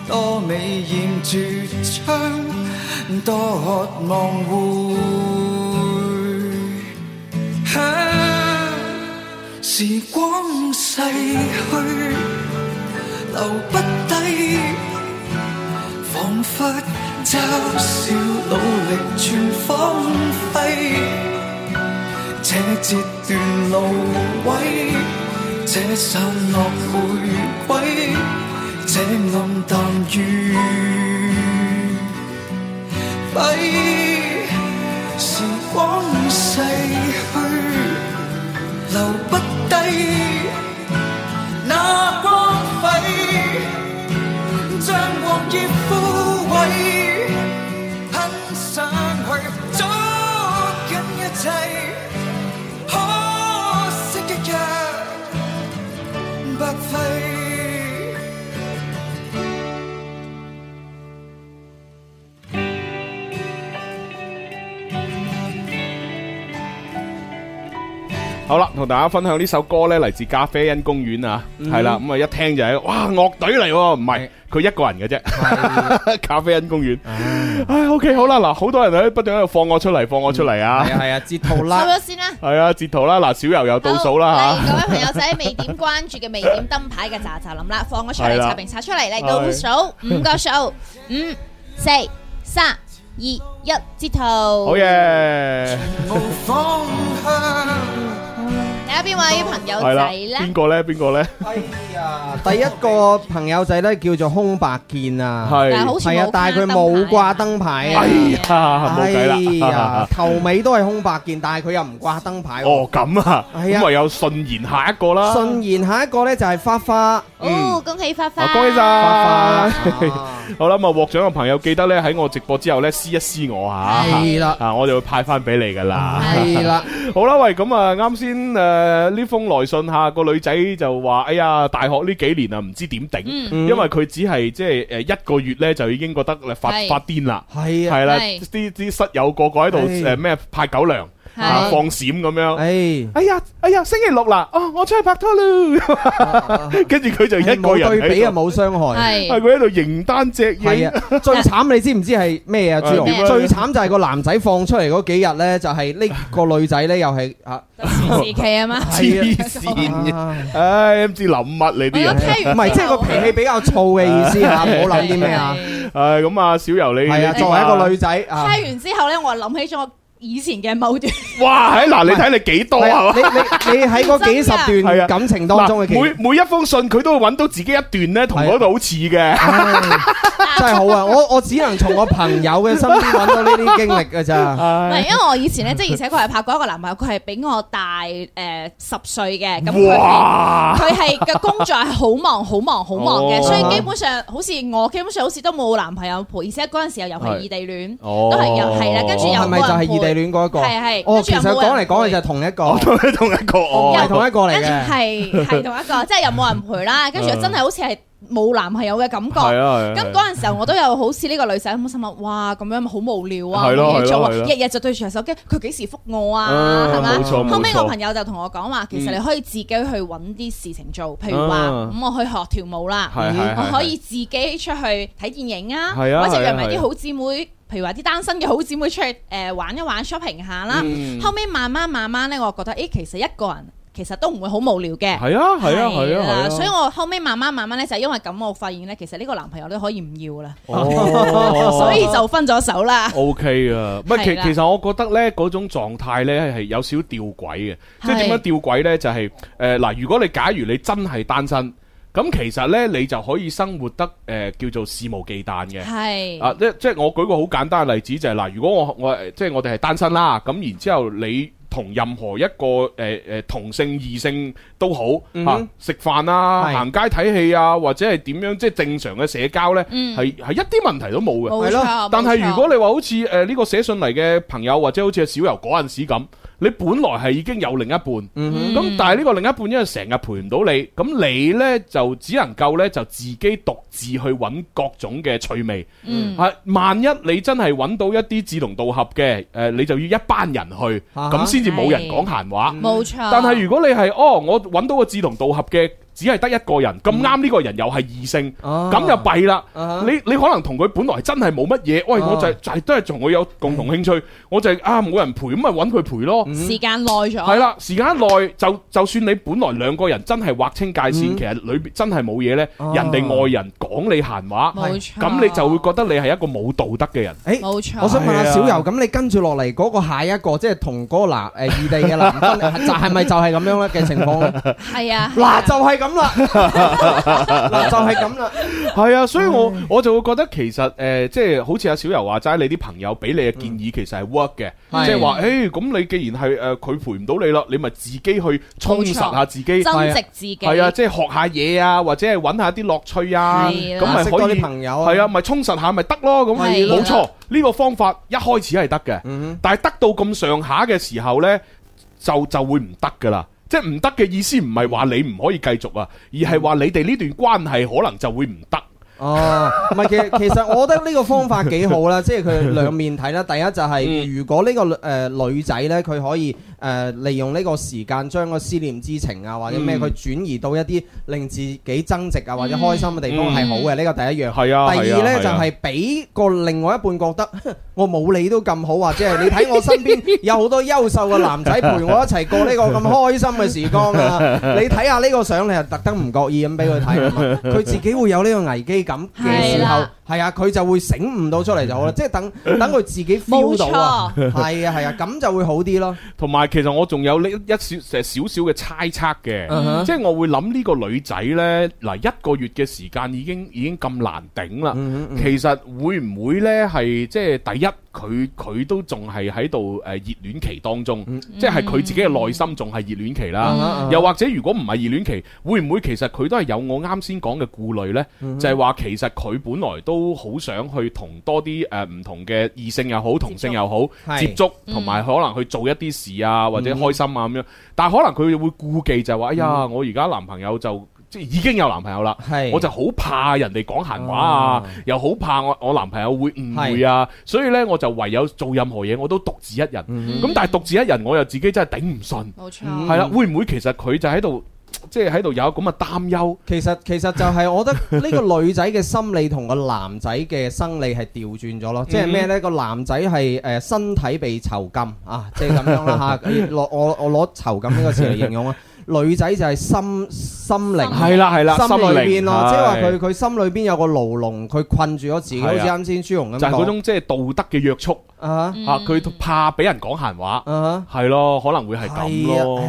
多美艳絕唱，多渴望回響。時光逝去，留不低，彷彿嘲笑努力全荒廢，這截段路位。這散落玫瑰，這暗淡如輝。時光逝去，留不低那光輝，將黃葉枯萎噴上去，捉緊一切。可惜一日。白費。
好啦，同大家分享呢首歌呢，嚟自咖啡因公園啊，
嗯
係啦，咁啊一聽就係，哇樂隊嚟喎，唔係佢一個人嘅啫， <laughs> 咖啡因公園。唉，OK，好啦，嗱，好多人喺不斷喺度放我出嚟，放我出嚟啊，
係啊係啊，截圖
收咗先啦。
系啊，截圖啦，嗱，小游又 <laughs> 倒數啦
各位朋友仔未點關注嘅未點燈牌嘅咋咋諗啦，放咗出
係
嚟，
啦
刷屏刷出嚟，嚟到數 <laughs> 五個數，五、四、三、二、一，截圖。
吓，
好
好嘢，
方向，
睇下邊位朋友
係啦，
仔咧？
邊個呢？邊個呢？
哎第一個朋友仔咧叫做空白健啊，
係但係好似冇
係啊，但係佢冇掛燈牌啊，
啊冇計啦
哎呀頭尾都係空白健，但係佢又唔掛燈牌喎。
<laughs> 哦，咁啊，
係
咁
啊
唯有順延下一個啦，
順延下一個咧就係花花，
哦，恭喜花花，
恭喜晒！
花
好啦，咁啊獲獎嘅朋友記得咧喺我直播之後咧私一私我吓，
<laughs> 係啦，
啊我就會派翻俾你噶啦，
係啦。
好啦，喂，咁啊啱先誒呢封來信下個女仔就話：哎呀，大學呢幾年啊唔知點頂，
嗯
因為佢只係即係誒一個月咧就已經覺得發
係
發癲啦，
係啊
係啦，
係
啲啲室友個個喺度
係
誒咩派狗糧。
係
啊放閃咁樣，
哎
呀，哎呀，星期六啦，哦，我出去拍拖啦， <laughs> 跟住佢就一個人
冇對比啊，
喺度
冇傷害，
係佢喺度形單隻
係
影，
啊，最慘你知唔知係咩啊？朱
係
龍
點啊
最慘就係個男仔放出嚟嗰幾日咧，就係呢個女仔咧又係啊
時期啊嘛，
黐
À.
線嘅，唉，唔知諗乜你啲人，
唔係即啊係個脾氣比較燥嘅意思嚇，唔好諗啲咩啊。
唉，咁啊，小游你
係啊，
你
作為
點
一個女仔
聽
啊，
完之後咧，我諗起咗我以前嘅某段，
哇，喺嗱，你睇你幾多
係啊
啊？
你你你喺嗰幾十
係
段
啊
感情當中嘅其啊
嗱每每一封信佢都會揾到自己一段咧，同嗰度好似嘅。
真係好啊！我我只能從我朋友嘅身邊揾到呢啲經歷㗎
唔
咋
係。因為我以前咧，即係而且佢係拍過一個男朋友，佢係比我大誒十歲嘅，咁佢
哇
係佢係嘅工作係好忙、好忙、好忙嘅，
哦
所以基本上好似我基本上好似都冇男朋友陪，而且嗰陣時候又係異地戀，
哦
都係又係啦，跟住又
係咪就係
係
異地戀嗰一個？
係係
哦，
跟住
其
又
實
冇
講嚟
人
講去就係同一個，
Ờ, 哦同一個，哦
係同一個嚟嘅。
係係同一個，即係又冇人陪啦，跟住真係好似係冇男朋友嘅感覺。
係啊係啊
咁嗰陣時候我都有好似呢個女仔咁心諗，哇咁樣好無聊啊，
係咯
冇嘢做啊
係咯係咯
日日就對住台手機，佢幾時覆我啊？
啊
係咪？
冇錯冇錯
後尾我朋友就同我講話，其實你可以自己去揾啲事情做，譬如話
啊
咁我去學跳舞啦，
係係係
我可以自己出去睇電影啊，
係啊
或者約埋
係啊係啊
啲好姊妹。譬如話啲單身嘅好姊妹出去誒玩一玩 shopping 下啦，
嗯
後尾慢慢慢慢咧，我覺得誒其實一個人其實都唔會好無聊嘅。
係啊係啊係啊
係啦
係啊
所以我後尾慢慢慢慢咧，就係因為咁，我發現咧，其實呢個男朋友都可以唔要啦，
哦
<laughs> 所以就分咗手啦。
O K 啊，唔係
係啦
其其實我覺得咧嗰種狀態咧係有少少吊軌嘅，即係
係
點樣吊軌咧就係誒嗱，如果你假如你真係單身，咁其實咧你就可以生活得誒、呃叫做肆無忌憚嘅。
係
啊，即即係我舉個好簡單嘅例子就係、嗱，如果我我即係我哋係單身啦，咁然之後你。同任何一個誒誒、呃同性異性都好嚇、
嗯
啊食飯啊、行街睇戲啊，或者係點樣即係正常嘅社交呢，係係、
嗯
一啲問題都冇嘅，
冇錯係咯
但係
冇錯
如果你話好似誒呢個寫信嚟嘅朋友，或者好似小游嗰陣時咁，你本來係已經有另一半，咁、
嗯哼
但係呢個另一半因為成日陪唔到你，咁你呢就只能夠呢就自己獨自去揾各種嘅趣味。
嗯
啊，萬一你真係揾到一啲志同道合嘅，誒、呃你就要一班人去，
啊
咁先至冇人講閒話。
冇錯
但係如果你係哦，我揾到個志同道合嘅只係得一個人，咁啱呢個人又係異性，
啊
咁就弊啦。你你可能同佢本來真係冇乜嘢，
啊
喂，我就就係都係同佢有共同興
嗯
趣，我就係啊冇人陪，咁咪揾佢陪咯。
時間耐咗，
嗯係啦，時間一耐就就算你本來兩個人真係劃清界
嗯
線，其實裏邊真係冇嘢呢。
哦
人哋外人講你閒話，
冇錯
咁你就會覺得你係一個冇道德嘅人。
冇錯。
我想問下小柔，咁你跟住落嚟嗰個下一個，即係同嗰個男誒異地嘅男婚， <laughs> 就係咪就係咁樣咧嘅情 <laughs> 況咧？
係啊，
嗱，就係咁啦。 <laughs> 嗱就係咁啦。
係啊，所以我
嗯
我就會覺得其實誒、呃即係好似阿小柔話齋，你啲朋友俾你嘅建
嗯
議其實係 work 嘅，
係
即係話誒，咁你既然係誒佢陪唔到你啦，你咪自己去充實下自己，
冇錯增值自己
係啊，即係學下嘢啊，或者係揾下啲樂趣啊，
係
咁
啦
咪
識多
可以
啲朋友啊
係啊，咪充實下咪得咯，咁
係啦
冇錯，呢個方法一開始係得
嗯
嘅，但係得到咁上下嘅時候呢。就就會唔得噶啦。即係唔得嘅意思，唔係話你唔可以繼續啊，而係話你哋呢段關係可能就會唔得。
哦，唔係，其其實我覺得呢個方法幾好啦，即係佢兩面睇啦。第一就係如果呢個誒女仔呢，佢可以誒利用呢個時間將個思念之情啊，或者咩，
嗯
佢轉移到一啲令自己增值啊或者開心嘅地
嗯
方係好嘅，呢個第一樣。
係啊
第
係
二
啊
呢，
係
就
啊
係俾個另外一半覺得 <laughs> 我冇你都咁好，或者係你睇我身
<laughs>
邊有好多優秀嘅男仔陪我一齊過呢個咁開心嘅時光啊！
<laughs>
你睇下呢個相，你係特登唔覺意咁俾佢睇啊嘛，佢自己會有呢個危機感嘅
係
時候
啦，
係啊，佢就會醒悟到出嚟就好啦，即係
<laughs>
等等佢自己 feel 到啊，
冇錯
係啊係啊，咁就會好啲
<laughs>
咯。
同埋其實我仲有呢一少少少嘅猜測嘅
嗯哼
即係我會諗呢個女仔呢，嗱一個月嘅時間已經已經咁難頂啦。
嗯
其實會唔會呢？係即係第一，佢佢都仲係喺度誒熱戀期當中，即係佢自己嘅內心仲係熱戀期
嗯哼
啦
嗯。哼
又或者如果唔係熱戀期，會唔會其實佢都係有我啱先講嘅顧慮呢？
嗯哼
就係話其實佢本來都好想去同多啲誒唔同嘅異性又好，同性又好
係
接觸，
嗯
同埋。可能去做一啲事啊，或者開心啊咁樣。但係可能佢會顧忌就係話，哎呀，
嗯
我而家男朋友就。即係已經有男朋友啦，我就好怕人哋講閒話
哦
啊，又好怕我我男朋友會誤會啊，所以呢，我就唯有做任何嘢我都獨自一人。
嗯
咁但係獨自一人，我又自己真係頂唔順。
冇錯
係啦，會唔會其實佢就喺度，即係喺度有咁嘅擔憂？
其實其實就係我覺得呢個女仔嘅心理同個男仔嘅生理係調轉
嗯
咗咯，即係咩呢？個男仔係誒身體被囚禁啊，即係咁樣
<laughs>
啦嚇。攞我我攞囚禁呢個詞嚟形容啊。女仔就係心心靈
係啦係啦
心裏邊咯，即係話
心靈
佢佢心裏邊有個牢籠，佢困住咗自己，好似
係啊
啱先朱紅咁
就係嗰
講
種即係道德嘅約束
啊
啊！佢怕俾人講閒話，
啊
係咯，可能會係咁咯。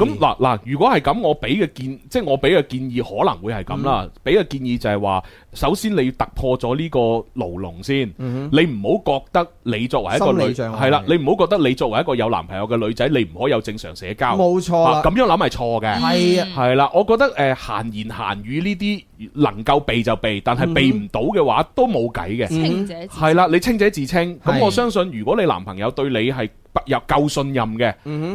咁嗱嗱，如果係咁，我俾嘅建，即係我俾嘅建議可能會係咁啦。俾嘅建議就係話，首先你要突破咗呢個牢籠先，
嗯
你唔好覺得你作為一個
心理
女，
障礙
係啦，你唔好覺得你作為一個有男朋友嘅女仔，你唔可以有正常社交。
冇錯啦
啊咁樣諗係錯嘅。
係啊
係啦，我覺得誒閒言閒語呢啲能夠避就避，但係避唔到嘅話都冇計嘅。
清者自清
係啦，你清者自清。咁
係
我相信，如果你男朋友對你係不有夠信任嘅，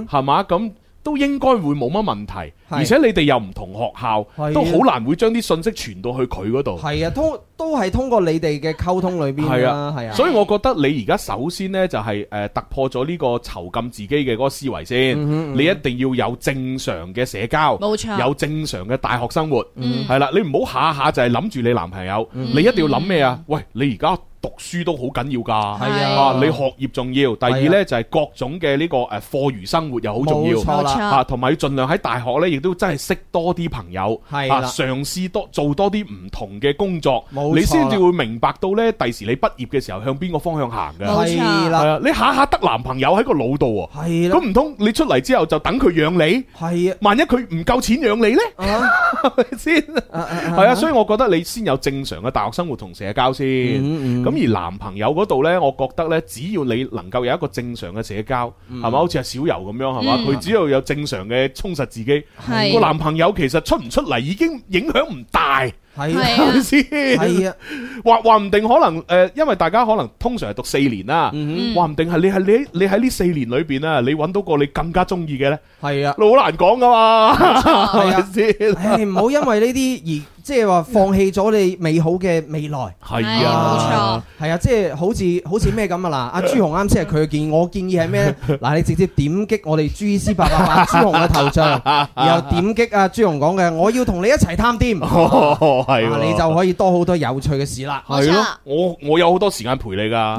係嘛咁。都應該會冇乜問題，而且你哋又唔同學校，
係啊
都好難會將啲信息傳到去佢嗰度。
係啊，通都係通過你哋嘅溝通裏邊
嗯係
啦
啊，，
係啊，
所以我覺得你而家首先呢，就係誒突破咗呢個囚禁自己嘅嗰個思維先，
嗯哼嗯哼
你一定要有正常嘅社交，
冇錯
有正常嘅大學生活，係啦、你唔好下下就係諗住你男朋友，
嗯
你一定要諗咩啊？喂，你而家讀書都好緊要㗎，
係啊
你學業重要，第二
係啊
呢，就係各種嘅呢個誒課餘生活又好重要，
冇錯啦
啊，同埋要盡量喺大學呢，亦都真係識多啲朋友，
係啦
啊嘗試多做多啲唔同嘅工作，
冇錯啦
你先至會明白到呢，第時你畢業嘅時候向邊個方向行嘅。
冇錯係啦
係啊，你下下得男朋友喺個腦度喎。
係啦
咁唔通你出嚟之後就等佢養你？
係啊，
萬一佢唔夠錢養你呢？ <laughs> 係咪先？係啊，所以我覺得你先有正常嘅大學生活同社交先。咁而男朋友嗰度呢，我覺得呢，只要你能夠有一個正常嘅社交，係嘛？好似阿小柔咁樣，係嘛？
嗯
佢只要有正常嘅充實自己，
係
個男朋友其實出唔出嚟已經影響唔大。
係啊。
係咪先？
係啊，
<laughs> 話話唔定可能诶，因為大家可能通常係讀四年啦，話唔定係你係你你喺呢四年裏边啊，你揾到個你更加中意嘅咧，
係啊，
好難講噶嘛，係咪先？
唉，唔好因為呢啲而即係話放棄咗你美好嘅未來。
係啊，
係啊，即係好似好似咩咁啊嗱，阿朱紅啱先係佢嘅建議，我建議係咩
<laughs>
咧？嗱，你直接點擊我哋 G C 八八八朱紅嘅頭
<laughs>
像，然後點擊啊朱紅講嘅，我要同你一齊探店，
<laughs> 哦係
啊
喎
你就可以多好多有趣嘅事啦。
係咯，我我有好多時間陪你噶，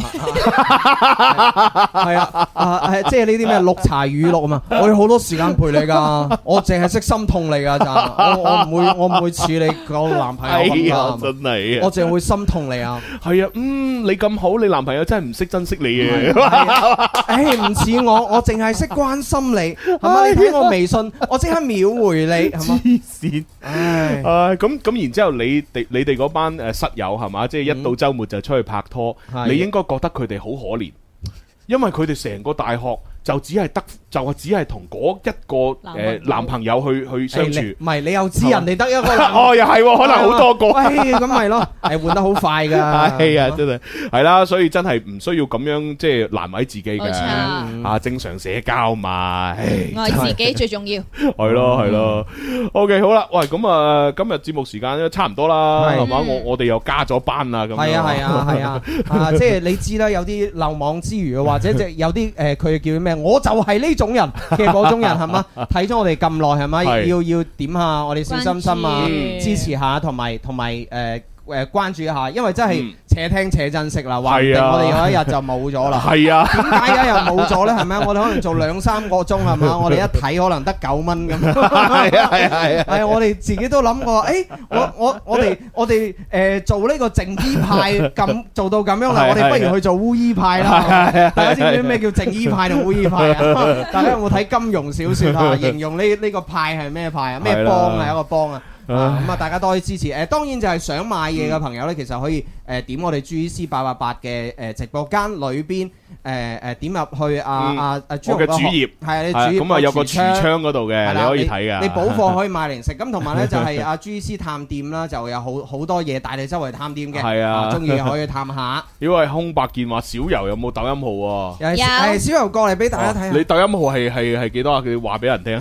係啊，啊係即係呢啲咩綠茶語錄啊嘛，我有好多時間陪你
<laughs>
㗎，我淨係識心痛你㗎咋，我我唔會我唔會似你個男朋友
哎
咁
呀
㗎，，
真係啊
我淨係會心痛你啊。
係啊，嗯，你咁好，你男朋友真係唔識珍惜你 <laughs>
係
嘅。
啊唉，唔似我，我淨係識關心你，係
哎
咪？你睇我微信，我即刻秒回你，係嘛？
黐線，
唉，
唉，咁咁然之後，你哋你哋嗰班誒室友係嘛，即係一到週末就出去拍拖，
嗯係
你應該覺得佢哋好可憐，因為佢哋成個大學就只係得就係只係同嗰一個
男朋友
誒男朋友去去相處
唉。你唔係你又知人哋得一個男，
<laughs> 哦又係喎可能好多個
喂，咁咪咯，係換得好快㗎。
<laughs> 係啊，真係係啦，所以真係唔需要咁樣即係難為自己
冇
嘅，
錯
啊正常社交嘛，唉
嗯
愛自己最重要。
系咯系咯，OK 好啦，喂咁啊，今日節目時間都差唔多啦，
係
係嘛？我我哋又加咗班啦，咁樣
係啊係啊係啊，
<laughs>
啊即係你知啦，有啲漏網之魚，或者即係有啲誒佢叫咩？我就係呢種人嘅嗰種人係
<laughs>
嘛？睇咗我哋咁耐係咪？
係
要要點下我哋小心心啊
關，注
支持下同埋同埋誒。誒關注一下，因為真係
嗯
且聽且珍惜啦，話唔定
係啊
我哋有一日就冇咗啦。
係啊
點解而家又冇咗咧？係咪？我哋可能做兩三個鐘
<laughs>
係嘛？我哋一睇可能得九蚊咁。
係啊係啊係啊
係啊！我哋自己都諗過，誒，我我我哋我哋誒做呢個靜醫派
<laughs>
咁做到咁樣啦，
係
我哋不
係
如去做烏醫派啦
係係。
大家知唔知咩叫靜醫派同烏醫派啊？大家有冇睇金融小説
<laughs>
啊？形容呢呢個派係咩派啊？咩幫啊？
係啦
一個幫啊！啊
唉
咁啊，大家多啲支持。誒，當然就係想買嘢嘅朋友呢，其實可以誒點我哋 G C 八八八嘅誒直播間裏邊誒誒點入去啊
嗯
啊啊！朱
我
紅
嘅主頁
學 <laughs> 係你
係啊
主頁
咁啊有個櫥窗嗰度嘅
係啦
你可以睇㗎
你補
<laughs>
貨可以買零食，咁同埋呢，就係阿 G C 探店啦，就有好好多嘢帶你周圍探店嘅，
係啊
中意可以探下。
因為空白健話小柔有冇抖音號
有
喎？哦
誒小游過嚟俾大家睇
你
下，
抖音號係係係幾多啊？佢話俾人聽。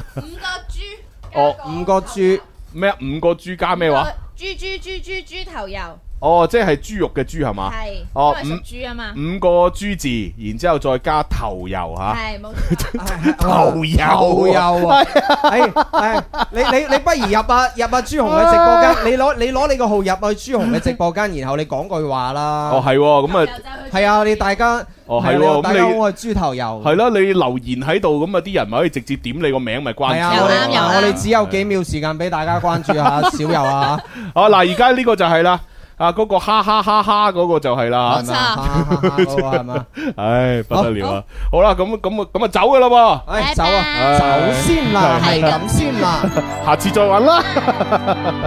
哦，
五
個豬
咩？啊五個豬加咩話？
豬豬豬豬豬頭油
哦，即係豬肉嘅豬係嘛？
係，因
哦
為，屬豬啊嘛。
五五啊個豬字，然之後再加頭油嚇。
係冇
<laughs>
錯。
頭油啊
頭油啊！誒誒，你你你不如入啊入啊朱紅嘅直播間，你攞你攞你個號入去朱紅
<laughs>
嘅直播間，然後你講句話啦。
哦，係喎，咁啊。
係啊，你大家
哦
係啊
係喎
你話
咁
大家
你
我係豬頭油。
係啦，你留言喺度，咁啊啲人咪可以直接點你個名，咪關
係啊，
注
我
咯
哋我哋只有幾秒時間俾大家關注
<laughs>
下小遊啊，
哦，嗱，而家呢個就係啦，啊，嗰個哈哈哈哈嗰個就係啦，
係咪啊哈哈哈嗰個係啊嘛？
唉，不得了啊！好啦，咁咁啊，咁啊走噶啦喎，
唉走啊
唉
走先啦，係咁先啦。
下次再揾啦。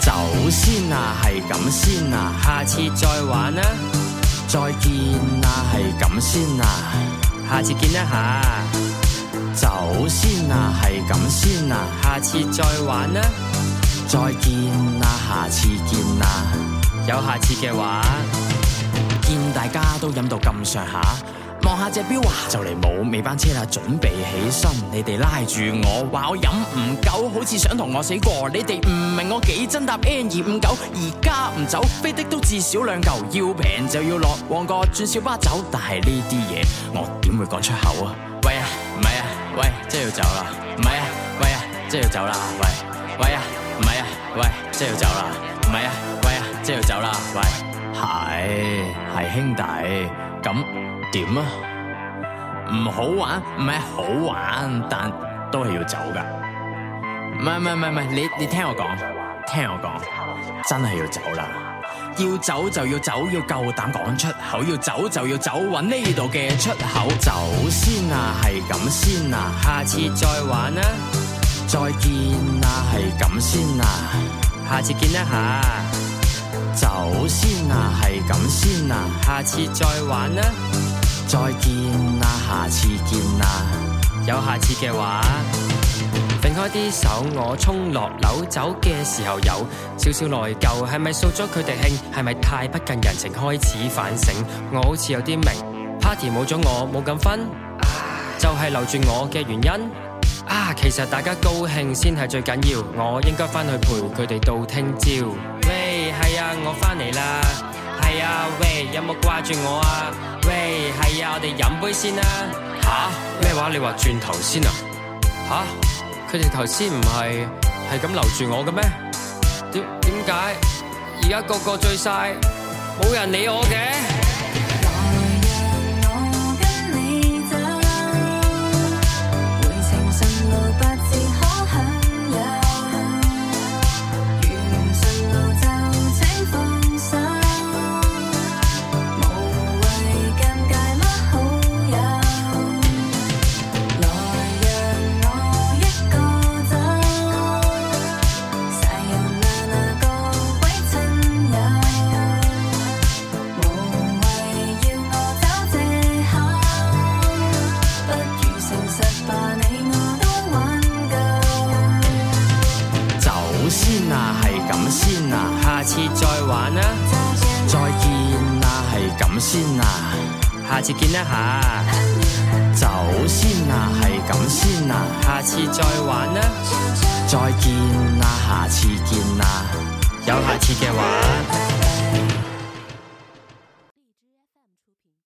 走先啊，係咁先啊，下次再玩啦，再見啊，係咁先啊，下次見一下。走先啊，係咁先啊，下次再玩啦，再見啊，下次見啊，有下次嘅話，見大家都飲到咁上下。望下隻錶啊，就嚟冇尾班車啦，準備起身。你哋拉住我話我飲唔夠，好似想同我死過。你哋唔明我幾真搭 N 二五九，而家唔走，飛的都至少兩嚿。要平就要落旺角轉小巴走，但係呢啲嘢我點會講出口啊？喂啊，唔係啊，喂，真係要走啦，唔係啊，喂啊，真係要走啦，喂，喂啊，唔係啊，喂，真係要走啦，唔係啊，喂啊，真係要走啦，喂，係係兄弟，咁點啊？唔好玩，唔係好玩，但都係要走噶。唔係唔係唔係唔係，你你聽我講，聽我講，真係要走啦。要走就要走，要夠膽講出口，要走就要走，揾呢度嘅出口。走先啊，係咁先啊，下次再玩啊啦，再見啊，係咁先啊，下次見一下。走走先啊，係咁先啊，下次再玩啦，再見啦，下次見啦，有下次嘅話，揈開啲手，我衝落樓走嘅時候有少少內疚，係咪掃咗佢哋興？係咪太不近人情？開始反省，我好似有啲明，party 冇咗我冇咁分，啊就係留住我嘅原因。啊，其實大家高興先係最緊要，我應該翻去陪佢哋到聽朝。喂，係啊，我翻嚟啦，係啊，喂，有冇掛住我啊？喂，係啊，我哋飲杯先啦。吓？咩話？你話轉頭先啊？吓？佢哋頭先唔係係咁留住我嘅咩？點點解而家個個醉晒，冇人理我嘅？
我跟你走，回程順路不自可享有，沿順路就請放手，無謂尷尬乜好友。來讓我一個走，曬又那那個鬼親友。要我找藉口，不如誠實吧，你我都玩夠。
走先啊，係咁先啊，下次再玩啦，再見啦，係咁先啊，下次見啦吓。走先啊，係咁先啊，下次再玩啊啦，啊再見啦，下次見啦，有下次嘅話。